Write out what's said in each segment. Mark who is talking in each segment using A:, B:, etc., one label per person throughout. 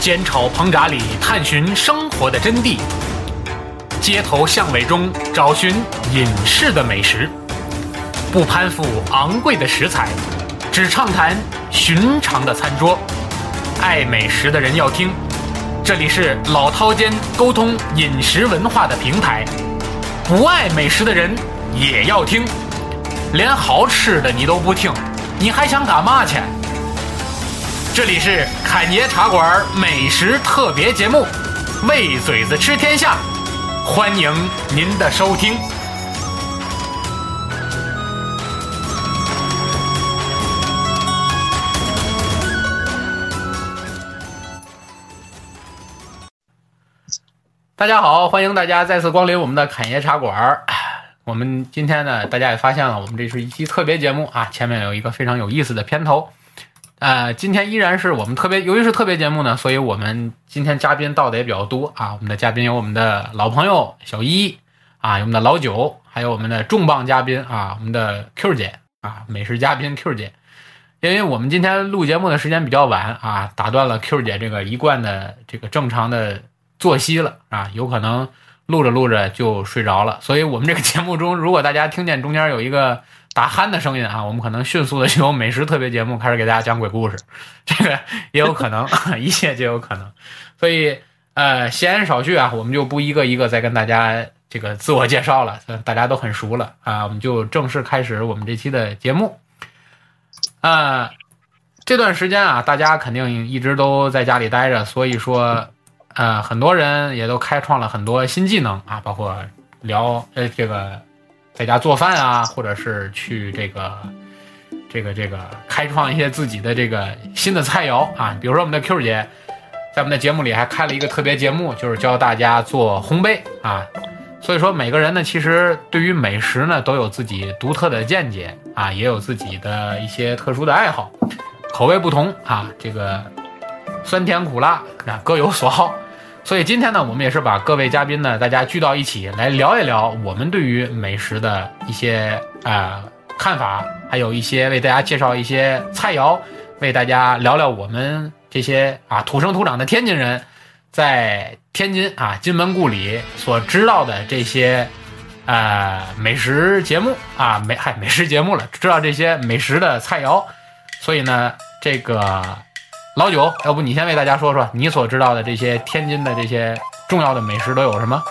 A: 煎炒烹炸里探寻生活的真谛，街头巷尾中找寻隐世的美食。不攀附昂贵的食材，只畅谈寻常的餐桌。爱美食的人要听，这里是老饕间沟通饮食文化的平台。不爱美食的人也要听，连好吃的你都不听，你还想干嘛去？这里是侃爷茶馆美食特别节目，《喂嘴子吃天下》，欢迎您的收听。大家好，欢迎大家再次光临我们的侃爷茶馆儿。我们今天呢，大家也发现了，我们这是一期特别节目啊，前面有一个非常有意思的片头。呃，今天依然是我们特别，由于是特别节目呢，所以我们今天嘉宾到的也比较多啊。我们的嘉宾有我们的老朋友小一啊，有我们的老九，还有我们的重磅嘉宾啊，我们的 Q 姐啊，美食嘉宾 Q 姐。因为我们今天录节目的时间比较晚啊，打断了 Q 姐这个一贯的这个正常的作息了啊，有可能录着录着就睡着了。所以我们这个节目中，如果大家听见中间有一个打鼾的声音啊，我们可能迅速的由美食特别节目开始给大家讲鬼故事， 这个也有可能， 一切皆有可能。所以呃，闲言少叙啊，我们就不一个一个再跟大家这个自我介绍了，大家都很熟了啊，我们就正式开始我们这期的节目。呃，这段时间啊，大家肯定一直都在家里待着，所以说，呃，很多人也都开创了很多新技能啊，包括聊呃这个在家做饭啊，或者是去这个这个这个开创一些自己的这个新的菜肴啊，比如说我们的 Q 姐。在我们的节目里还开了一个特别节目，就是教大家做烘焙啊，所以说每个人呢，其实对于美食呢都有自己独特的见解啊，也有自己的一些特殊的爱好，口味不同啊，这个酸甜苦辣啊各有所好。所以今天呢，我们也是把各位嘉宾呢大家聚到一起来聊一聊我们对于美食的一些啊、呃看法，还有一些为大家介绍一些菜肴，为大家聊聊我们这些啊土生土长的天津人在天津啊金门故里所知道的这些呃美食节目啊美嗨美食节目了，知道这些呃美食的菜肴，所以呢，这个老九，要不你先为大家说说你所知道的这些天津的这些重要的美食都有什么？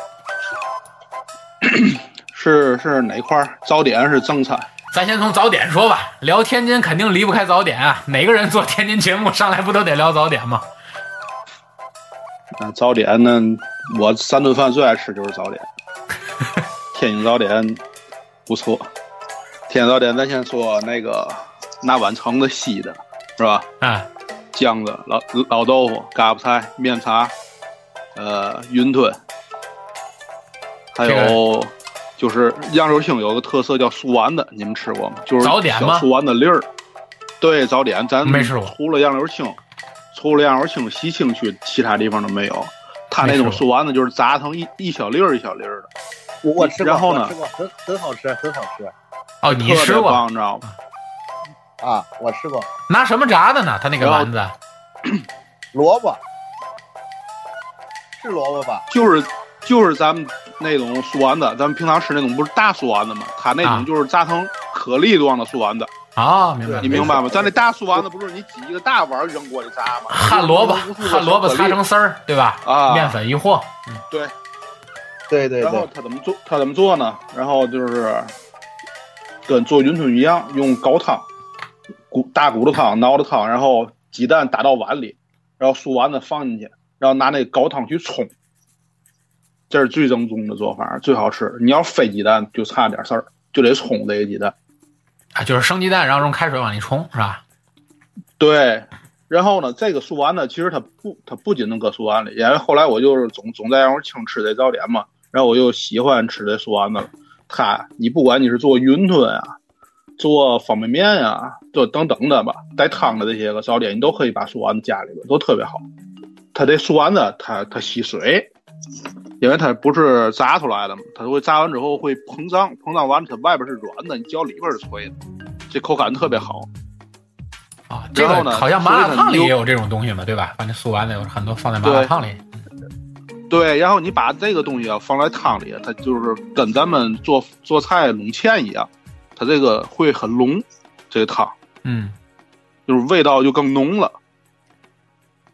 B: 是是哪块儿？早点是正餐，
A: 咱先从早点说吧，聊天津肯定离不开早点啊，哪个人做天津节目上来不都得聊早点吗？
B: 嗯，早点呢，我三顿饭最爱吃就是早点。 天津早点不错，天津早点咱先说那个那碗城的西的，是吧？
A: 啊、
B: 酱子、老老豆腐、嘎巴菜、面茶，呃，云吞，还有就是扬州兴有个特色叫素丸子，你们吃过吗？就是
A: 早点吗
B: 小素丸子粒儿，对，早点咱
A: 没吃过
B: 除了扬州兴，除了扬州兴西青区，其他地方都没有。它那
A: 没
B: 种
A: 吃过
B: 素丸子就是炸成一一小粒儿一小粒儿的，
C: 我我吃过，
B: 然后呢
C: 我吃过，很很好吃，很好吃
A: 哦，你
B: 特
A: 吃
B: 别
A: 过
B: 棒，你知道吗？
C: 啊！我吃过
A: 拿什么炸的呢？他那个丸子
C: 萝卜，是萝卜吧？
B: 就是就是咱们那种素丸子，咱们平常吃那种不是大素丸子吗？它那
A: 啊
B: 种就是炸成颗粒状的素丸子。
A: 啊、明白了
B: 你明白吗？咱那大素丸子不是你挤一个大碗扔锅里炸吗？
A: 旱萝卜，
B: 就是无数个
A: 旱萝卜
B: 小颗
A: 擦
B: 粒
A: 成丝儿，对吧？
B: 啊，
A: 面。粉一和，
B: 对，
C: 对对
B: 然后
C: 对，
B: 他怎么做？他怎么做呢？然后就是跟做云吞一样，用高汤、骨大骨头汤、熬的汤，然后鸡蛋打到碗里，然后素丸子放进去，然后拿那高汤去冲。这是最正宗的做法，最好吃。你要非鸡蛋就差点事儿，就得冲这个鸡蛋。
A: 啊，就是生鸡蛋，然后用开水往里冲，是吧？
B: 对，然后呢，这个素丸呢，其实它不，它不仅能搁素丸里，因为后来我就是总总在让我请吃这早点嘛，然后我就喜欢吃这素丸子了。它，你不管你是做云吞啊，做方便面啊，做等等的吧，带汤的这些个早点，你都可以把素丸子加里边，都特别好。它这素丸子，它它吸水，因为它不是炸出来的嘛，它会炸完之后会膨胀，膨胀完了它外边是软的，你嚼里边是脆的，这口感特别好。
A: 啊，这
B: 然后
A: 个
B: 呢
A: 好像麻辣烫里
B: 所以很溜
A: 也有这种东西嘛，对吧？反正素丸子有很多放在麻辣烫里，
B: 对，然后你把这个东西啊放在汤里，它就是跟咱们做做菜拢芡一样，它这个会很浓，这个汤
A: 嗯，
B: 就是味道就更浓了，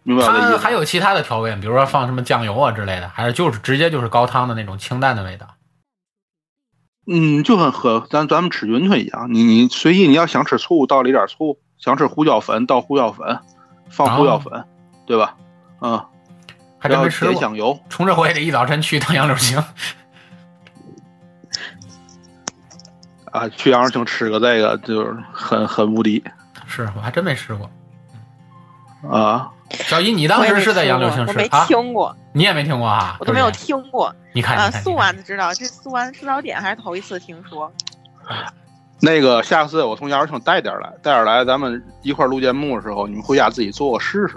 B: 明白我这意
A: 它
B: 思？
A: 还有其他的调味，比如说放什么酱油啊之类的，还是就是直接就是高汤的那种清淡的味道。
B: 嗯，就很和咱咱们吃云吞一样，你你随意，你要想吃醋倒里点醋，想吃胡椒粉倒胡椒粉，放
A: 啊
B: 胡椒粉，对吧？嗯，
A: 还
B: 然
A: 真
B: 后
A: 没吃
B: 点
A: 过，
B: 香油，
A: 冲着我也得一早晨去一趟杨柳青。
B: 啊，去羊肉城吃个这个就是很很无敌
A: 是我还真没吃过。
B: 啊！
A: 小姨，你当时是在杨柳青
D: 我
A: 吃
D: 没
A: 啊？
D: 听过，
A: 你也没听过啊？
D: 我都没有
A: 对不对。
D: 听过。
A: 你看，
D: 啊，
A: 你看，
D: 素丸子知道，这素丸子吃早点还是头一次听说。
B: 那个下次我从羊肉城带点儿来，带点儿来，咱们一块儿录节目的时候，你们回家自己做个试试。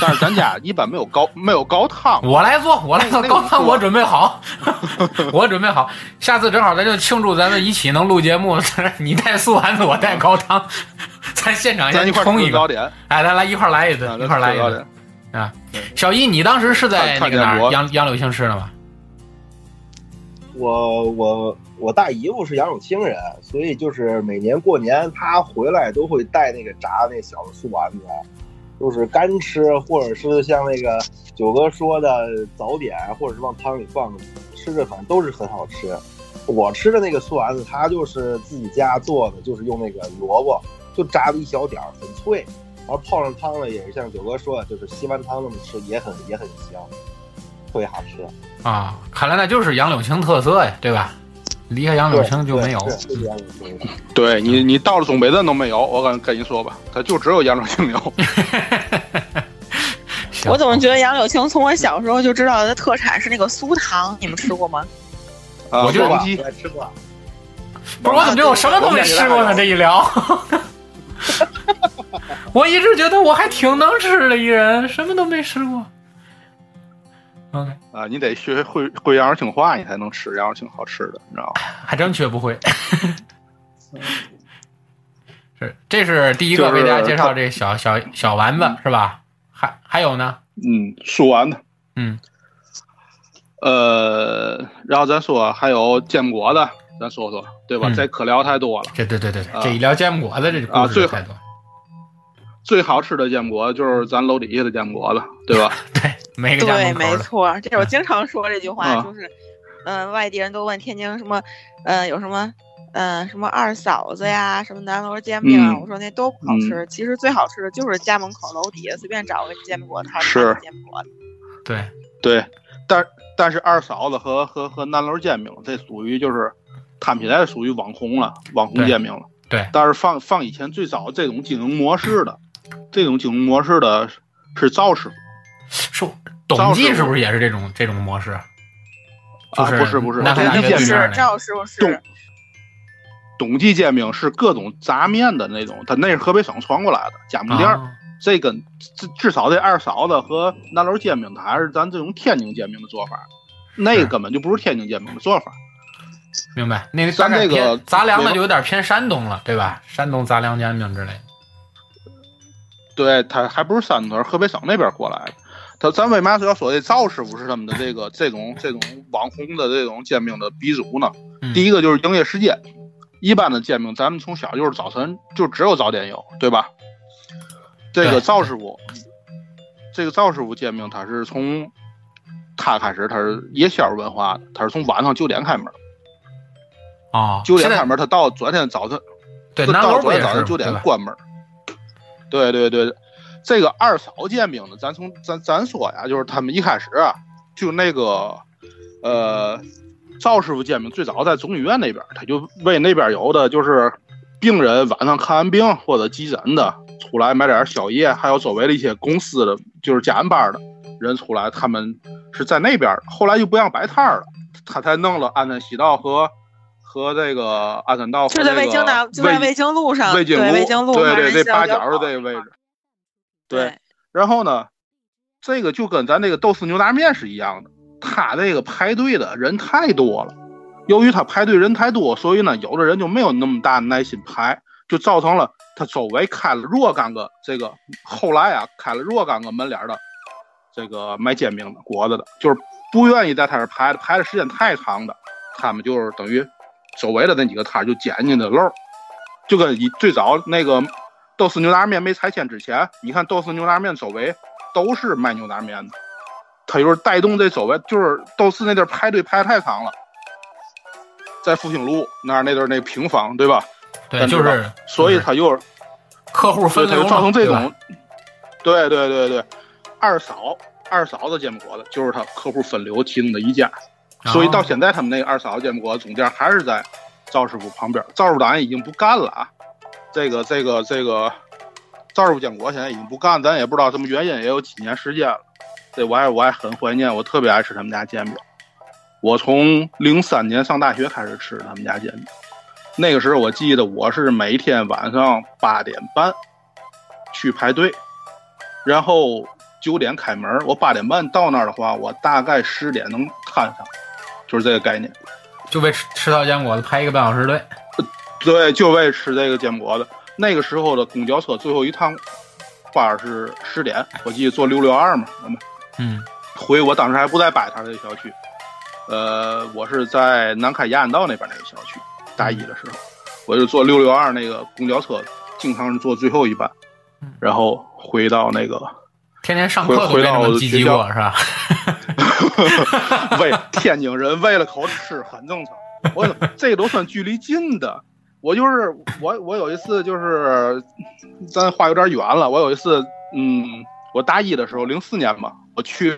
B: 但是咱家一般没有高 没有高汤，
A: 我来做，我来做，
B: 那个不
A: 高
B: 错
A: 汤我准备好， 我准备好。下次正好咱就庆祝咱们一起能录节目，你带素丸子，我带高汤，咱现场
B: 咱
A: 先
B: 一块儿
A: 冲
B: 吃
A: 一
B: 个
A: 个，
B: 糕点，啊
A: 哎，咱来一块儿来一
B: 咱
A: 顿，一块儿来
B: 吃
A: 一
B: 个糕
A: 顿。
B: 点。
A: 小一，你当时是在那
B: 看看
A: 个
B: 见
A: 哪儿
B: 我
A: 杨杨柳青吃的吗？
C: 我我我大姨夫是杨永清人，所以就是每年过年他回来都会带那个炸那小的素丸子，就是干吃，或者是像那个九哥说的早点，或者是往汤里放，吃着反正都是很好吃。我吃的那个素丸子，它就是自己家做的，就是用那个萝卜就炸了一小点儿，很脆，然后泡上汤了，也是像九哥说的，就是稀饭汤那么吃，也很也很香，特别好吃。
A: 啊，看来那就是杨柳青特色呀，对吧？离开杨柳青就没有。
C: 对对是杨永清。
B: 对你，你到了东北镇都没有，我跟跟你说吧，它就只有羊肉青有。
A: 行
D: 我怎么觉得杨柳青从我小时候就知道它的特产是那个酥糖，你们吃过吗？
B: 啊，
A: 我觉得
B: 王鸡
C: 我也吃过，
A: 不是我怎么觉得我什么都没吃过呢？这一 聊，我一直觉得我还挺能吃的一人，什么都没吃过。OK，
B: 啊，你得学会会羊肉青话，你才能吃羊肉青好吃的，你知道吗？
A: 还真学不会。是，这是第一个
B: 就是
A: 为大家介绍这小小小丸子是吧？还还有呢？
B: 嗯，说完的，
A: 嗯，
B: 呃，然后咱说还有坚果的，咱说说，对吧？
A: 嗯
B: 这可聊太多了。
A: 这对对对对，
B: 啊
A: 这一聊坚果的这故
B: 啊
A: 事
B: 最
A: 就
B: 后
A: 太多，
B: 最好吃的坚果就是咱楼底下的坚果了，对吧？
A: 对，每个家
D: 对，
A: 门口
D: 没
A: 的，嗯
D: 错，这是我经常说这句
B: 啊
D: 话，就是，嗯、外地人都问天津什么，呃，有什么，呃，什么二嫂子呀，什么南楼煎饼啊，
B: 嗯
D: 我说那都不好吃，其实最好吃的就是家门口楼底下随便找个煎饼果摊儿
B: 是
D: 摊煎饼果子，
A: 对，
B: 对，但但是二嫂子和和和南楼煎饼，这属于就是他们现在属于网红了，网红
A: 对
B: 煎饼了。
A: 对
B: 但是放放以前最早这种经营模式的，这种经营模式的是是赵师傅。
A: 是董
B: 赵
A: 记
B: 师
A: 是
B: 傅
A: 不是也是这种这种模式？啊就
B: 啊，不是不是，
A: 南海大
B: 董
A: 学
B: 记
A: 对面
B: 煎饼，
D: 是
A: 那个
D: 赵师傅是
B: 冻董记煎饼是各种杂面的那种，它那是河北省传过来的加盟店儿。
A: 啊
B: 这跟至至少这二嫂子和南楼煎饼，它还是咱这种天津煎饼的做法，那个根本就不是天津煎饼的做法。
A: 明白，那个大
B: 咱
A: 概
B: 这个
A: 偏杂粮的
B: 北方
A: 就有点偏山东了，对吧？山东杂粮煎饼之类的。
B: 对，它还不是山东，河北省那边过来的。他咱为嘛说要说这赵师傅是他们的这个这种这种网红的这种煎饼的鼻祖呢？
A: 嗯
B: 第一个就是营业时间，一般的煎饼咱们从小就是早晨就只有早点有，对吧？这
A: 对
B: 个赵师傅，这个赵师傅煎饼他是从他开始他是夜宵文化的，他是从晚上九点开门，
A: 哦，
B: 九点
A: 现在
B: 开门，他到昨天早晨
A: 对
B: 就
A: 南
B: 到
A: 楼不
B: 昨
A: 也
B: 天早
A: 是
B: 上九点
A: 对吧
B: 关门儿。对对对，这个二嫂煎饼呢，咱从咱咱说呀，就是他们一开始啊，就那个呃，赵师傅煎饼最早在总医院那边儿，他就为那边儿有的就是病人晚上看完病或者急诊的出来买点儿宵夜，还有周围的一些公司的就是加班儿的人出来，他们是在那边儿，后来就不让摆摊儿了，他才弄了鞍山西道和。和这个鞍山道和
D: 就
B: 这哦
D: 在
B: 个
D: 魏京南，就在
B: 魏
D: 魏京路上，
B: 魏京
D: 对
B: 路，
D: 魏京路，
B: 对
D: 马
B: 对，
D: 鞍
B: 这
D: 西道
B: 八
D: 交
B: 角的
D: 口
B: 这个
D: 那
B: 位
D: 块儿
B: 置，对。然后呢，这个就跟咱这个豆豉牛杂面是一样的，他这个排队的人太多了，由于他排队人太多，所以呢，有的人就没有那么大耐心排，就造成了它周围开了若干个这个，后来啊开了若干个门脸儿的这个卖煎饼的、果子的，就是不愿意在他这儿排的，排的时间太长的，他们就是等于周围的那几个摊儿就捡进的漏儿，就跟以最早那个豆豉牛杂面没拆迁之前，你看豆豉牛杂面周围都是卖牛杂面的，它就是带动这周围就是豆豉那地儿排队排太长了，在复兴路那儿那地儿那平房对吧？
A: 对，
B: 但是
A: 就是
B: 所以它就是
A: 客户
B: 所
A: 嗯分
B: 以它
A: 流
B: 就
A: 嘛
B: 造成这
A: 对
B: 种
A: 吧，
B: 对对对对，二嫂二嫂子煎饼果子就是他客户分流其中的一家，所以到现在他们那个二嫂子煎饼果子总店还是在赵师傅旁边，赵师傅当然已经不干了啊，这个这个这个赵师傅煎果现在已经不干，咱也不知道什么原因，也有几年时间了，这我还我还很怀念，我特别爱吃他们家煎饼，我从零三年上大学开始吃他们家煎饼。那个时候我记得我是每天晚上八点半去排队，然后九点开门，我八点半到那儿的话，我大概十点能摊上，就是这个概念。
A: 就被吃吃到坚果子排一个半小时队。
B: 对，就为吃这个煎饼果子。那个时候的公交车最后一趟班是十点，我记得坐六六二嘛，我们
A: 嗯，
B: 回我当时还不在百摊这个小区，呃，我是在南开雅安道那边那个小区，大一的时候，我就坐六六二那个公交车，经常是坐最后一班
A: 嗯，
B: 然后回到那个
A: 天天上课都
B: 回
A: 被他
B: 回
A: 们
B: 到
A: 积极
B: 学校
A: 过是吧？
B: 为天津人为了口吃很正常。我这都算距离近的。我就是我，我有一次就是，咱话有点远了。我有一次，嗯，我大一的时候，零四年吧，我去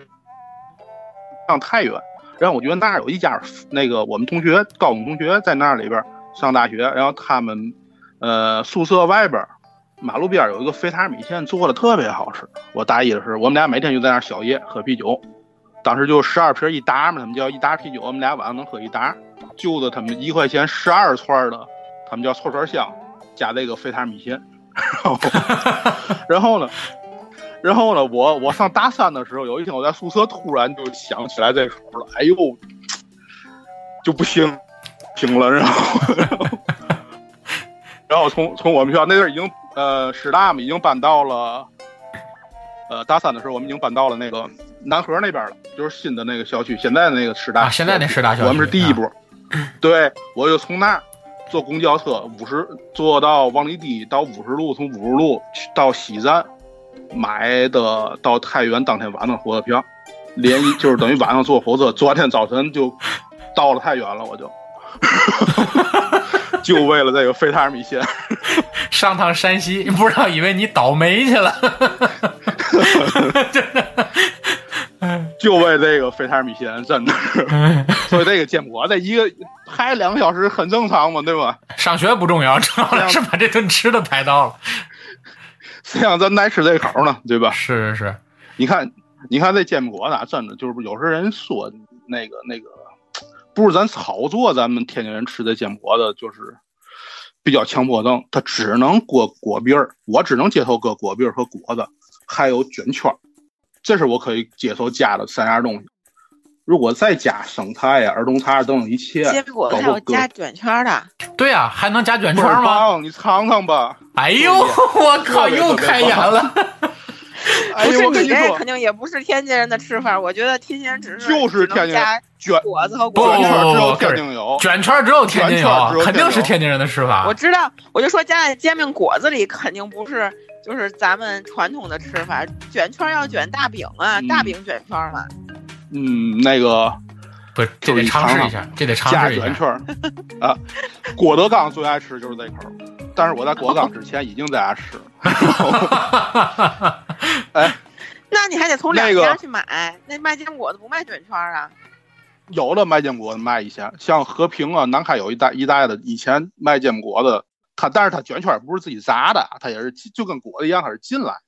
B: 上太原，然后我觉得那儿有一家那个我们同学高中同学在那里边上大学，然后他们呃宿舍外边马路边儿有一个肥塔米线，做的特别好吃。我大一的时候，我们俩每天就在那儿宵夜喝啤酒，当时就十二瓶一打嘛，他们叫一打啤酒，我们俩晚上能喝一打，就着他们一块钱十二串的，他们叫臭串香，加这个肥塔米线，然后然后呢，然后呢，我我上大三的时候，有一天我在宿舍突然就想起来这口了，哎呦，就不行，停了，然后然后然后从从我们学校那阵儿已经呃师大嘛，已经搬到了。呃，大三的时候，我们已经搬到了那个南河那边了，就是新的那个校区，现在那个师大、
A: 啊，现在那师大小区，啊
B: 我们是第一波。对，我就从那儿坐公交车五十坐到往里地到五十路，从五十路去到西站买的到太原当天晚上的火车票，连一就是等于晚上坐火车，昨天早晨就到了太原了，我就。 就为了这个费塔尔米线，
A: 啊上趟山西，不知道以为你倒霉去了。
B: 就为这个费塔尔米线，真的是，所以这个建国这一个拍两个小时很正常嘛，对吧？
A: 上学不重要，重要的是把这顿吃的排到了。
B: 谁让咱爱吃这口呢，对吧？
A: 是是是，
B: 你看，你看这煎饼果子啊，真的就是有时候人说那个那个，不是咱炒作，咱们天津人吃的煎饼果子就是比较强迫症，它只能裹果篦儿，我只能接受搁果篦儿和果子，还有卷圈儿，这是我可以接受加的三样东西。如果再加生菜呀、儿童菜等等一切，
D: 煎饼果子
B: 搞
D: 还
B: 不
D: 有
B: 搁
D: 加卷圈的，
A: 对呀、还能加卷
B: 不
A: 圈
B: 是
A: 吗？
B: 棒，你尝尝吧。
A: 哎呦，我靠，
B: 特别
A: 又开眼了。
B: 哎
D: 不
B: 呦，
D: 是
B: 我跟
D: 你
B: 你
D: 这
B: 说
D: 肯，定也不是天津人的吃法。我觉得天津人只是
B: 就是
D: 只
B: 天
D: 能
B: 津人
D: 加
B: 卷
D: 果子和
A: 不
D: 果
B: 卷
D: 子
B: 圈
A: 不
B: 儿
A: 不
B: 只
A: 不
B: 有
A: 不是
B: 天津有。
A: 卷圈只有天津啊
B: 卷圈只有
A: 有，肯定是天
B: 天津有啊
A: 津人的吃法
D: 我。知道，我就说加在煎饼果子里肯定不是，就是咱们传统的吃法，卷圈儿要卷大饼啊，
B: 嗯
D: 大饼卷圈儿嘛。
B: 嗯，那个
A: 不是，这得尝试一下，这得尝
B: 加
A: 试一
B: 卷
A: 下。
B: 圈儿啊。郭德纲最爱吃就是这口儿，但是我在郭德纲之前已经在家吃了。
D: 那你还得从两
B: 那个
D: 家去买，那卖煎饼果子不卖卷圈儿啊？
B: 有的卖煎果子卖一些，像和平啊、南开有一带一带的，以前卖煎果子，他但是他卷圈儿不是自己炸的，啊他也是进就跟果子一样，他是进来的。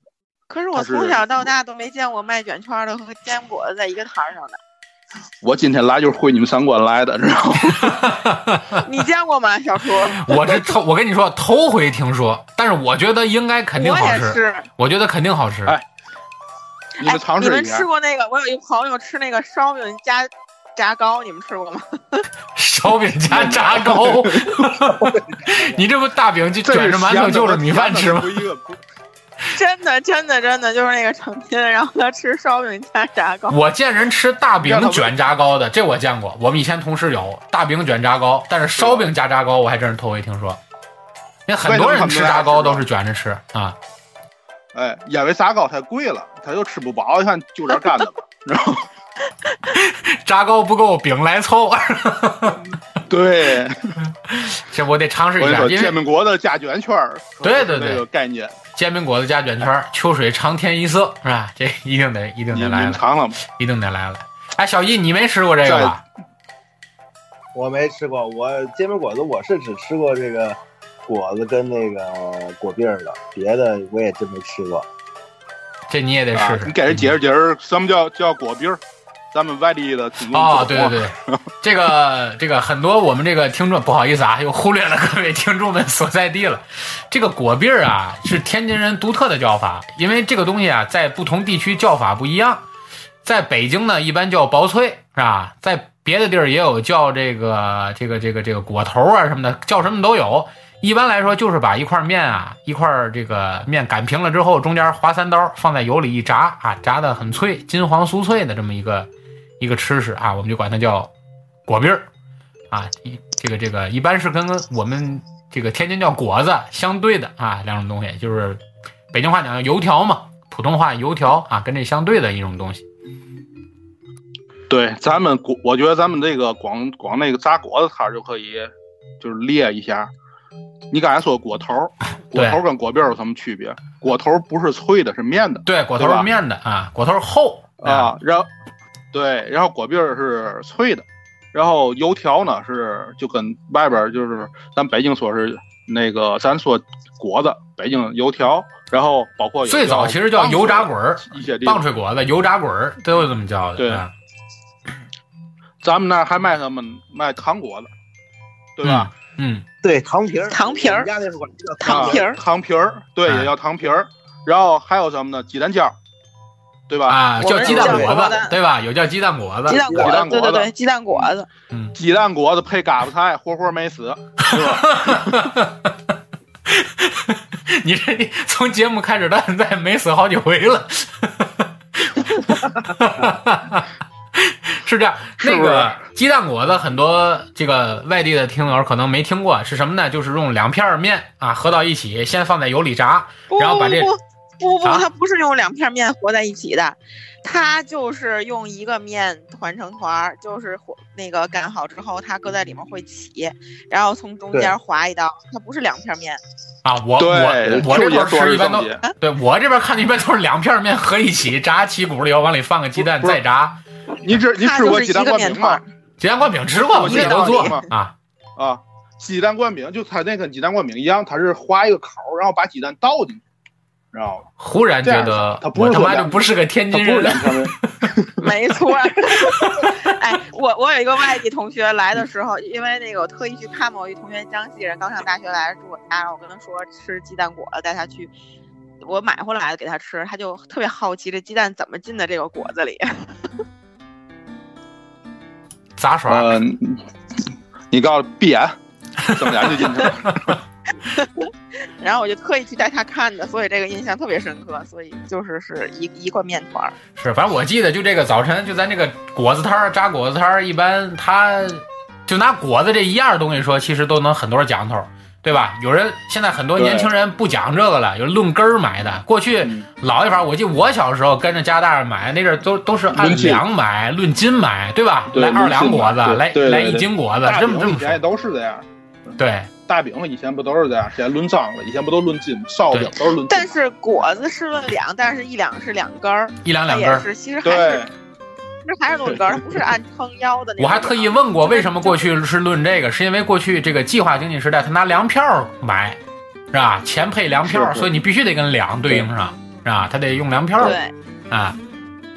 D: 可是我
B: 它是
D: 从小到大都没见过卖卷圈儿的和煎饼果子在一个摊儿上的，
B: 我今天来就是会你们三观来的，知道吗？
D: 你见过吗，小叔？
A: 我这头，我跟你说，头回听说，但是我觉得应该 肯定
D: 我
A: 好
D: 也
A: 吃，
D: 是。
A: 我觉得肯定好吃。
B: 哎你们尝
D: 哎你
B: 试
D: 们
B: 一下
D: 吃。过那个？我有一朋友吃那个烧饼加炸糕，你们吃过吗？
A: 烧饼加炸糕，你这不大饼就
B: 这
A: 卷着馒头就着米饭吃吗？
B: 不一个不
D: 真的，真的，真的，就是那个成亲，然后他吃烧饼加炸糕，
A: 我见人吃大饼卷炸糕的，这我见过。我们以前同事有大饼卷炸糕，但是烧饼加炸糕我还真是头回听说。那很多人吃炸糕都是卷着吃啊，
B: 哎，因为炸糕太贵了，他又吃不饱，你看就这干的吧。 然后
A: 炸糕不够饼来凑。
B: 对，
A: 这我得尝试
B: 我
A: 一
B: 跟你
A: 下，
B: 说，
A: 啊因
B: 煎
A: 为
B: 饼果子加卷圈儿，
A: 对对对
B: 这个概念，
A: 煎饼果子加卷圈
B: 嗯
A: 儿，秋水长天一色是吧？ 这一定得一定
B: 你
A: 得来
B: 们
A: 了，
B: 尝了吗？
A: 一定得来了。哎，小易，你没吃过这个吧？
C: 我没吃过，我煎饼果子我是只吃过这个果子跟那个果篦儿的，别的我也真没吃过。
A: 这你也得
B: 啊
A: 试，试。嗯
B: 你给人解释解释，什么叫叫果篦儿？咱们外地的听众
A: 啊、
B: 不
A: 对
B: 懂
A: 对对，这个这个很多我们这个听众不好意思啊，又忽略了各位听众们所在地了。这个果篦儿啊，是天津人独特的叫法，因为这个东西啊，在不同地区叫法不一样。在北京呢，一般叫薄脆，是吧？在别的地儿也有叫这个这个这个这个果头啊什么的，叫什么都有。一般来说，就是把一块面啊，一块这个面擀平了之后，中间划三刀，放在油里一炸啊，炸的很脆，金黄酥脆的这么一个一个吃食啊，我们就管它叫果篦儿啊。一这个这个一般是跟我们这个天津叫果子相对的啊两种东西，就是北京话讲叫油条嘛，普通话油条啊，跟这相对的一种东西。
B: 对，咱们果，我觉得咱们这个光光那个炸果子摊儿就可以，就是列一下。你刚才说果头儿，果
A: 对
B: 头儿跟果篦儿有什么区别？果头儿不是脆的，是面的
A: 对，果头
B: 对
A: 是
B: 吧
A: 面的啊，果头是厚
B: 啊。然后，对，然后果篦儿是脆的，然后油条呢是就跟外边儿就是咱北京说是那个，咱说果子，北京油条，然后包括有
A: 最早其实叫油炸滚儿、
B: 一些地方
A: 棒槌果子、油炸滚儿都有这么叫的。
B: 对
A: 啊
B: 咱们那儿还卖什么卖糖果子，对吧？？
A: 嗯，
C: 对，糖皮儿，
D: 糖皮儿
C: 我们家那时候管这叫
D: 糖皮儿
B: 啊糖皮儿，对，
A: 哎
B: 也叫糖皮儿。然后还有什么呢？鸡蛋饺，对
A: 嗯
B: 吧？
A: 啊，
B: 我
A: 叫
B: 们
A: 鸡蛋
C: 叫
A: 果
D: 果
A: 子
D: 子，
A: 对吧？有叫鸡蛋果子
D: 鸡，蛋
B: 鸡
D: 果
B: 蛋
D: 子，
B: 果子
D: 对对对，鸡蛋果子，
A: 嗯，
B: 鸡蛋果子配嘎巴菜，活活没死，对吧？
A: 你这从节目开始到现在没死好几回了， 是这样。
B: 是
A: 那
B: 不是
A: 个鸡蛋果子，很多这个外地的听友可能没听过，是什么呢？就是用两片儿面啊合到一起，先放在油里炸，
D: 不
A: 然后
D: 不
A: 把这
D: 不不不，
A: 啊
D: 它不是用两片面和在一起的，它就是用一个面团成团儿，就是和那个擀好之后，它搁在里面会起，然后从中间划一刀，它不是两片面。
A: 啊， 我我
B: 对，
A: 我这边
B: 就也
A: 儿
B: 说
A: 吃
B: 是
A: 一般
B: 正
A: 都
B: 解，
A: 对我这边看的一般都是两片面合一起炸起骨了以后，往里放个鸡蛋
B: 不是
A: 再炸。
B: 你吃你
D: 哎它
B: 吃
D: 就
B: 过
D: 是
B: 鸡
D: 一
B: 蛋
D: 个
B: 灌
D: 面
B: 饼
D: 团
B: 吗
D: 儿？，
A: 鸡蛋灌饼吃过，我
B: 我
A: 自
B: 记
A: 己
B: 得
A: 都做
B: 嘛
A: 啊。
B: 啊，鸡蛋灌饼就它那跟鸡蛋灌饼一样，它是划一个口儿，然后把鸡蛋倒进去，知道吧？
A: 忽然觉得
B: 这样子
A: 我他妈
B: 它
A: 就不
B: 不是
A: 是个天
B: 它
A: 津
B: 不是
A: 人
B: 两片面，
D: 没错儿。哎，我我有一个外地同学来的时候，因为那个我特意去看我一同学江西人，刚上大学来住我家，然后我跟他说吃鸡蛋果子，带他去。我买回来给他吃，他就特别好奇这鸡蛋怎么进的这个果子里。
A: 杂耍儿。
B: 嗯，你告诉闭眼，睁眼就进去了。
D: 然后我就特意去带他看的，所以这个印象特别深刻。所以就是是一一块面团儿，
A: 是，反正我记得就这个早晨，就咱这个果子摊儿扎果子摊儿，一般他就拿果子这一样东西说，其实都能很多讲头，对吧？有人现在很多
B: 对
A: 年轻人不讲这个了，有人论根儿买的。过去
B: 嗯
A: 老一法儿，我记得我小时候跟着家大人买，那阵儿都都是按
B: 论斤
A: 两买，论斤买，对吧？
B: 对
A: 来二两
B: 论斤
A: 果子，
B: 买对
A: 来
B: 对对
A: 来
B: 对
A: 一斤果子，
B: 大
A: 这么这
B: 饼以
A: 么
B: 前也
A: 说，
B: 都是这样，
A: 对。
B: 大饼以前不都是这样？现在论张了，以前不都论斤吗？烧饼都是论斤。
D: 但是果子是论两，但是一两是两根儿，
A: 一两
D: 它
A: 两
D: 也
A: 根儿。
D: 是其实还
B: 对
D: 是，其实还是论根儿，它不是按称腰的那种。啊
A: 我还特意问过，为什么过去是论这个？是因为过去这个计划经济时代，他拿粮票买，是吧？钱配粮票，
B: 是是
A: 所以你必须得跟粮对应上，是吧？他得用粮票
D: 对
A: 啊。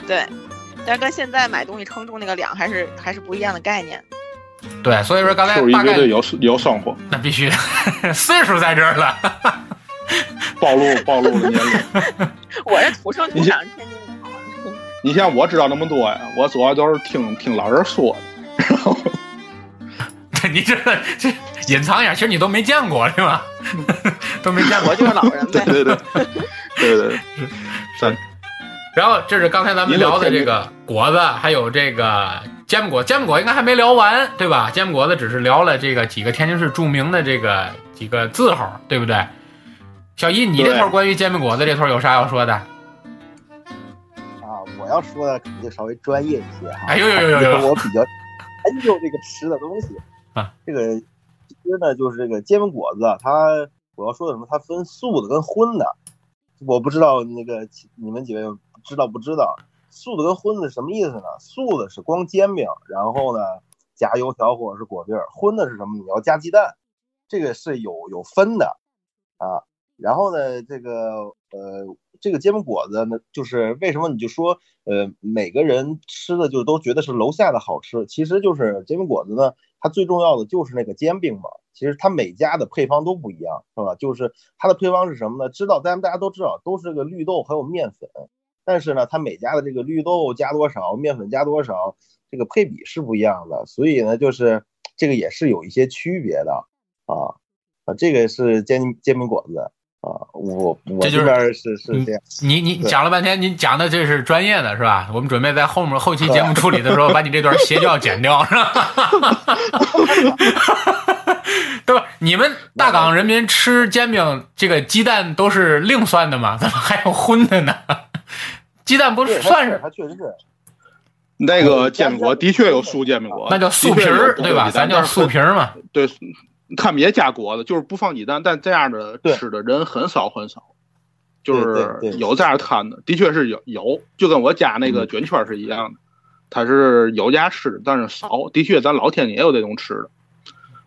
D: 对，但是跟现在买东西称重那个两还是还是不一样的概念。
A: 对，所以说刚才
B: 就是一
A: 大
B: 绝
A: 概
B: 对有有生活，
A: 那必须岁数在这儿了，
B: 暴露暴露了年龄。
D: 我这土生土长天津人，
B: 你像我知道那么多呀，我主要都是听听老人说的，道。
A: 你这这隐藏一下，其实你都没见过是吧？ 都没见过
D: 我。就是老人
B: 对
D: 呗。
B: 对对，对对，咱
A: 然后这是刚才咱们聊的这个果子，还有这个煎饼果。煎饼果应该还没聊完，对吧？煎饼果子只是聊了这个几个天津市著名的这个几个字号，对不对？小一，你这
B: 对
A: 头关于煎饼果子这头有啥要说的？
C: 啊，我要说的肯定稍微专业一些哈。
A: 哎呦呦呦呦呦
C: 因为我比较研究这个吃的东西
A: 啊。
C: 这个其实呢，就是这个煎饼果子啊，它我要说的什么，它分素的跟荤的。我不知道那个其你们几位知道不知道，素的跟荤的什么意思呢？素的是光煎饼，然后呢加油条或者是果粒儿；荤的是什么？你要加鸡蛋，这个是有有分的啊。然后呢，这个呃，这个煎饼果子呢，就是为什么你就说呃，每个人吃的就都觉得是楼下的好吃，其实就是煎饼果子呢，它最重要的就是那个煎饼嘛。其实它每家的配方都不一样，是吧？就是它的配方是什么呢？知道，咱们大家都知道，都是这个绿豆还有面粉，但是呢，它每家的这个绿豆加多少，面粉加多少，这个配比是不一样的，所以呢，就是这个也是有一些区别的啊啊，这个是煎煎饼果子啊，我我
A: 这就是
C: 这边是
B: 嗯
C: 是这样。
A: 你你
C: 对
A: 讲了半天，你讲的这是专业的是吧？我们准备在后面后期节目处理的时候，把你这段邪教剪掉，是吧？ 对吧？你们大港人民吃煎饼，这个鸡蛋都是另算的吗？怎么还有荤的呢？鸡蛋不
C: 对，
A: 是
C: 它
A: 算
C: 是
A: 是
C: 它确实是，
B: 那个煎饼果的确有素煎饼果，
A: 那叫素皮儿对吧？咱叫素皮
B: 儿。
A: 儿嘛。
B: 对，他们也加果子，就是不放鸡蛋，但这样的
C: 对
B: 吃的人很少很少。就是
C: 对对对嗯
B: 有这样摊的，的确是有有，就跟我家那个卷圈是一样的，它是有家吃的，但是少。的确，咱老天津也有这种吃的，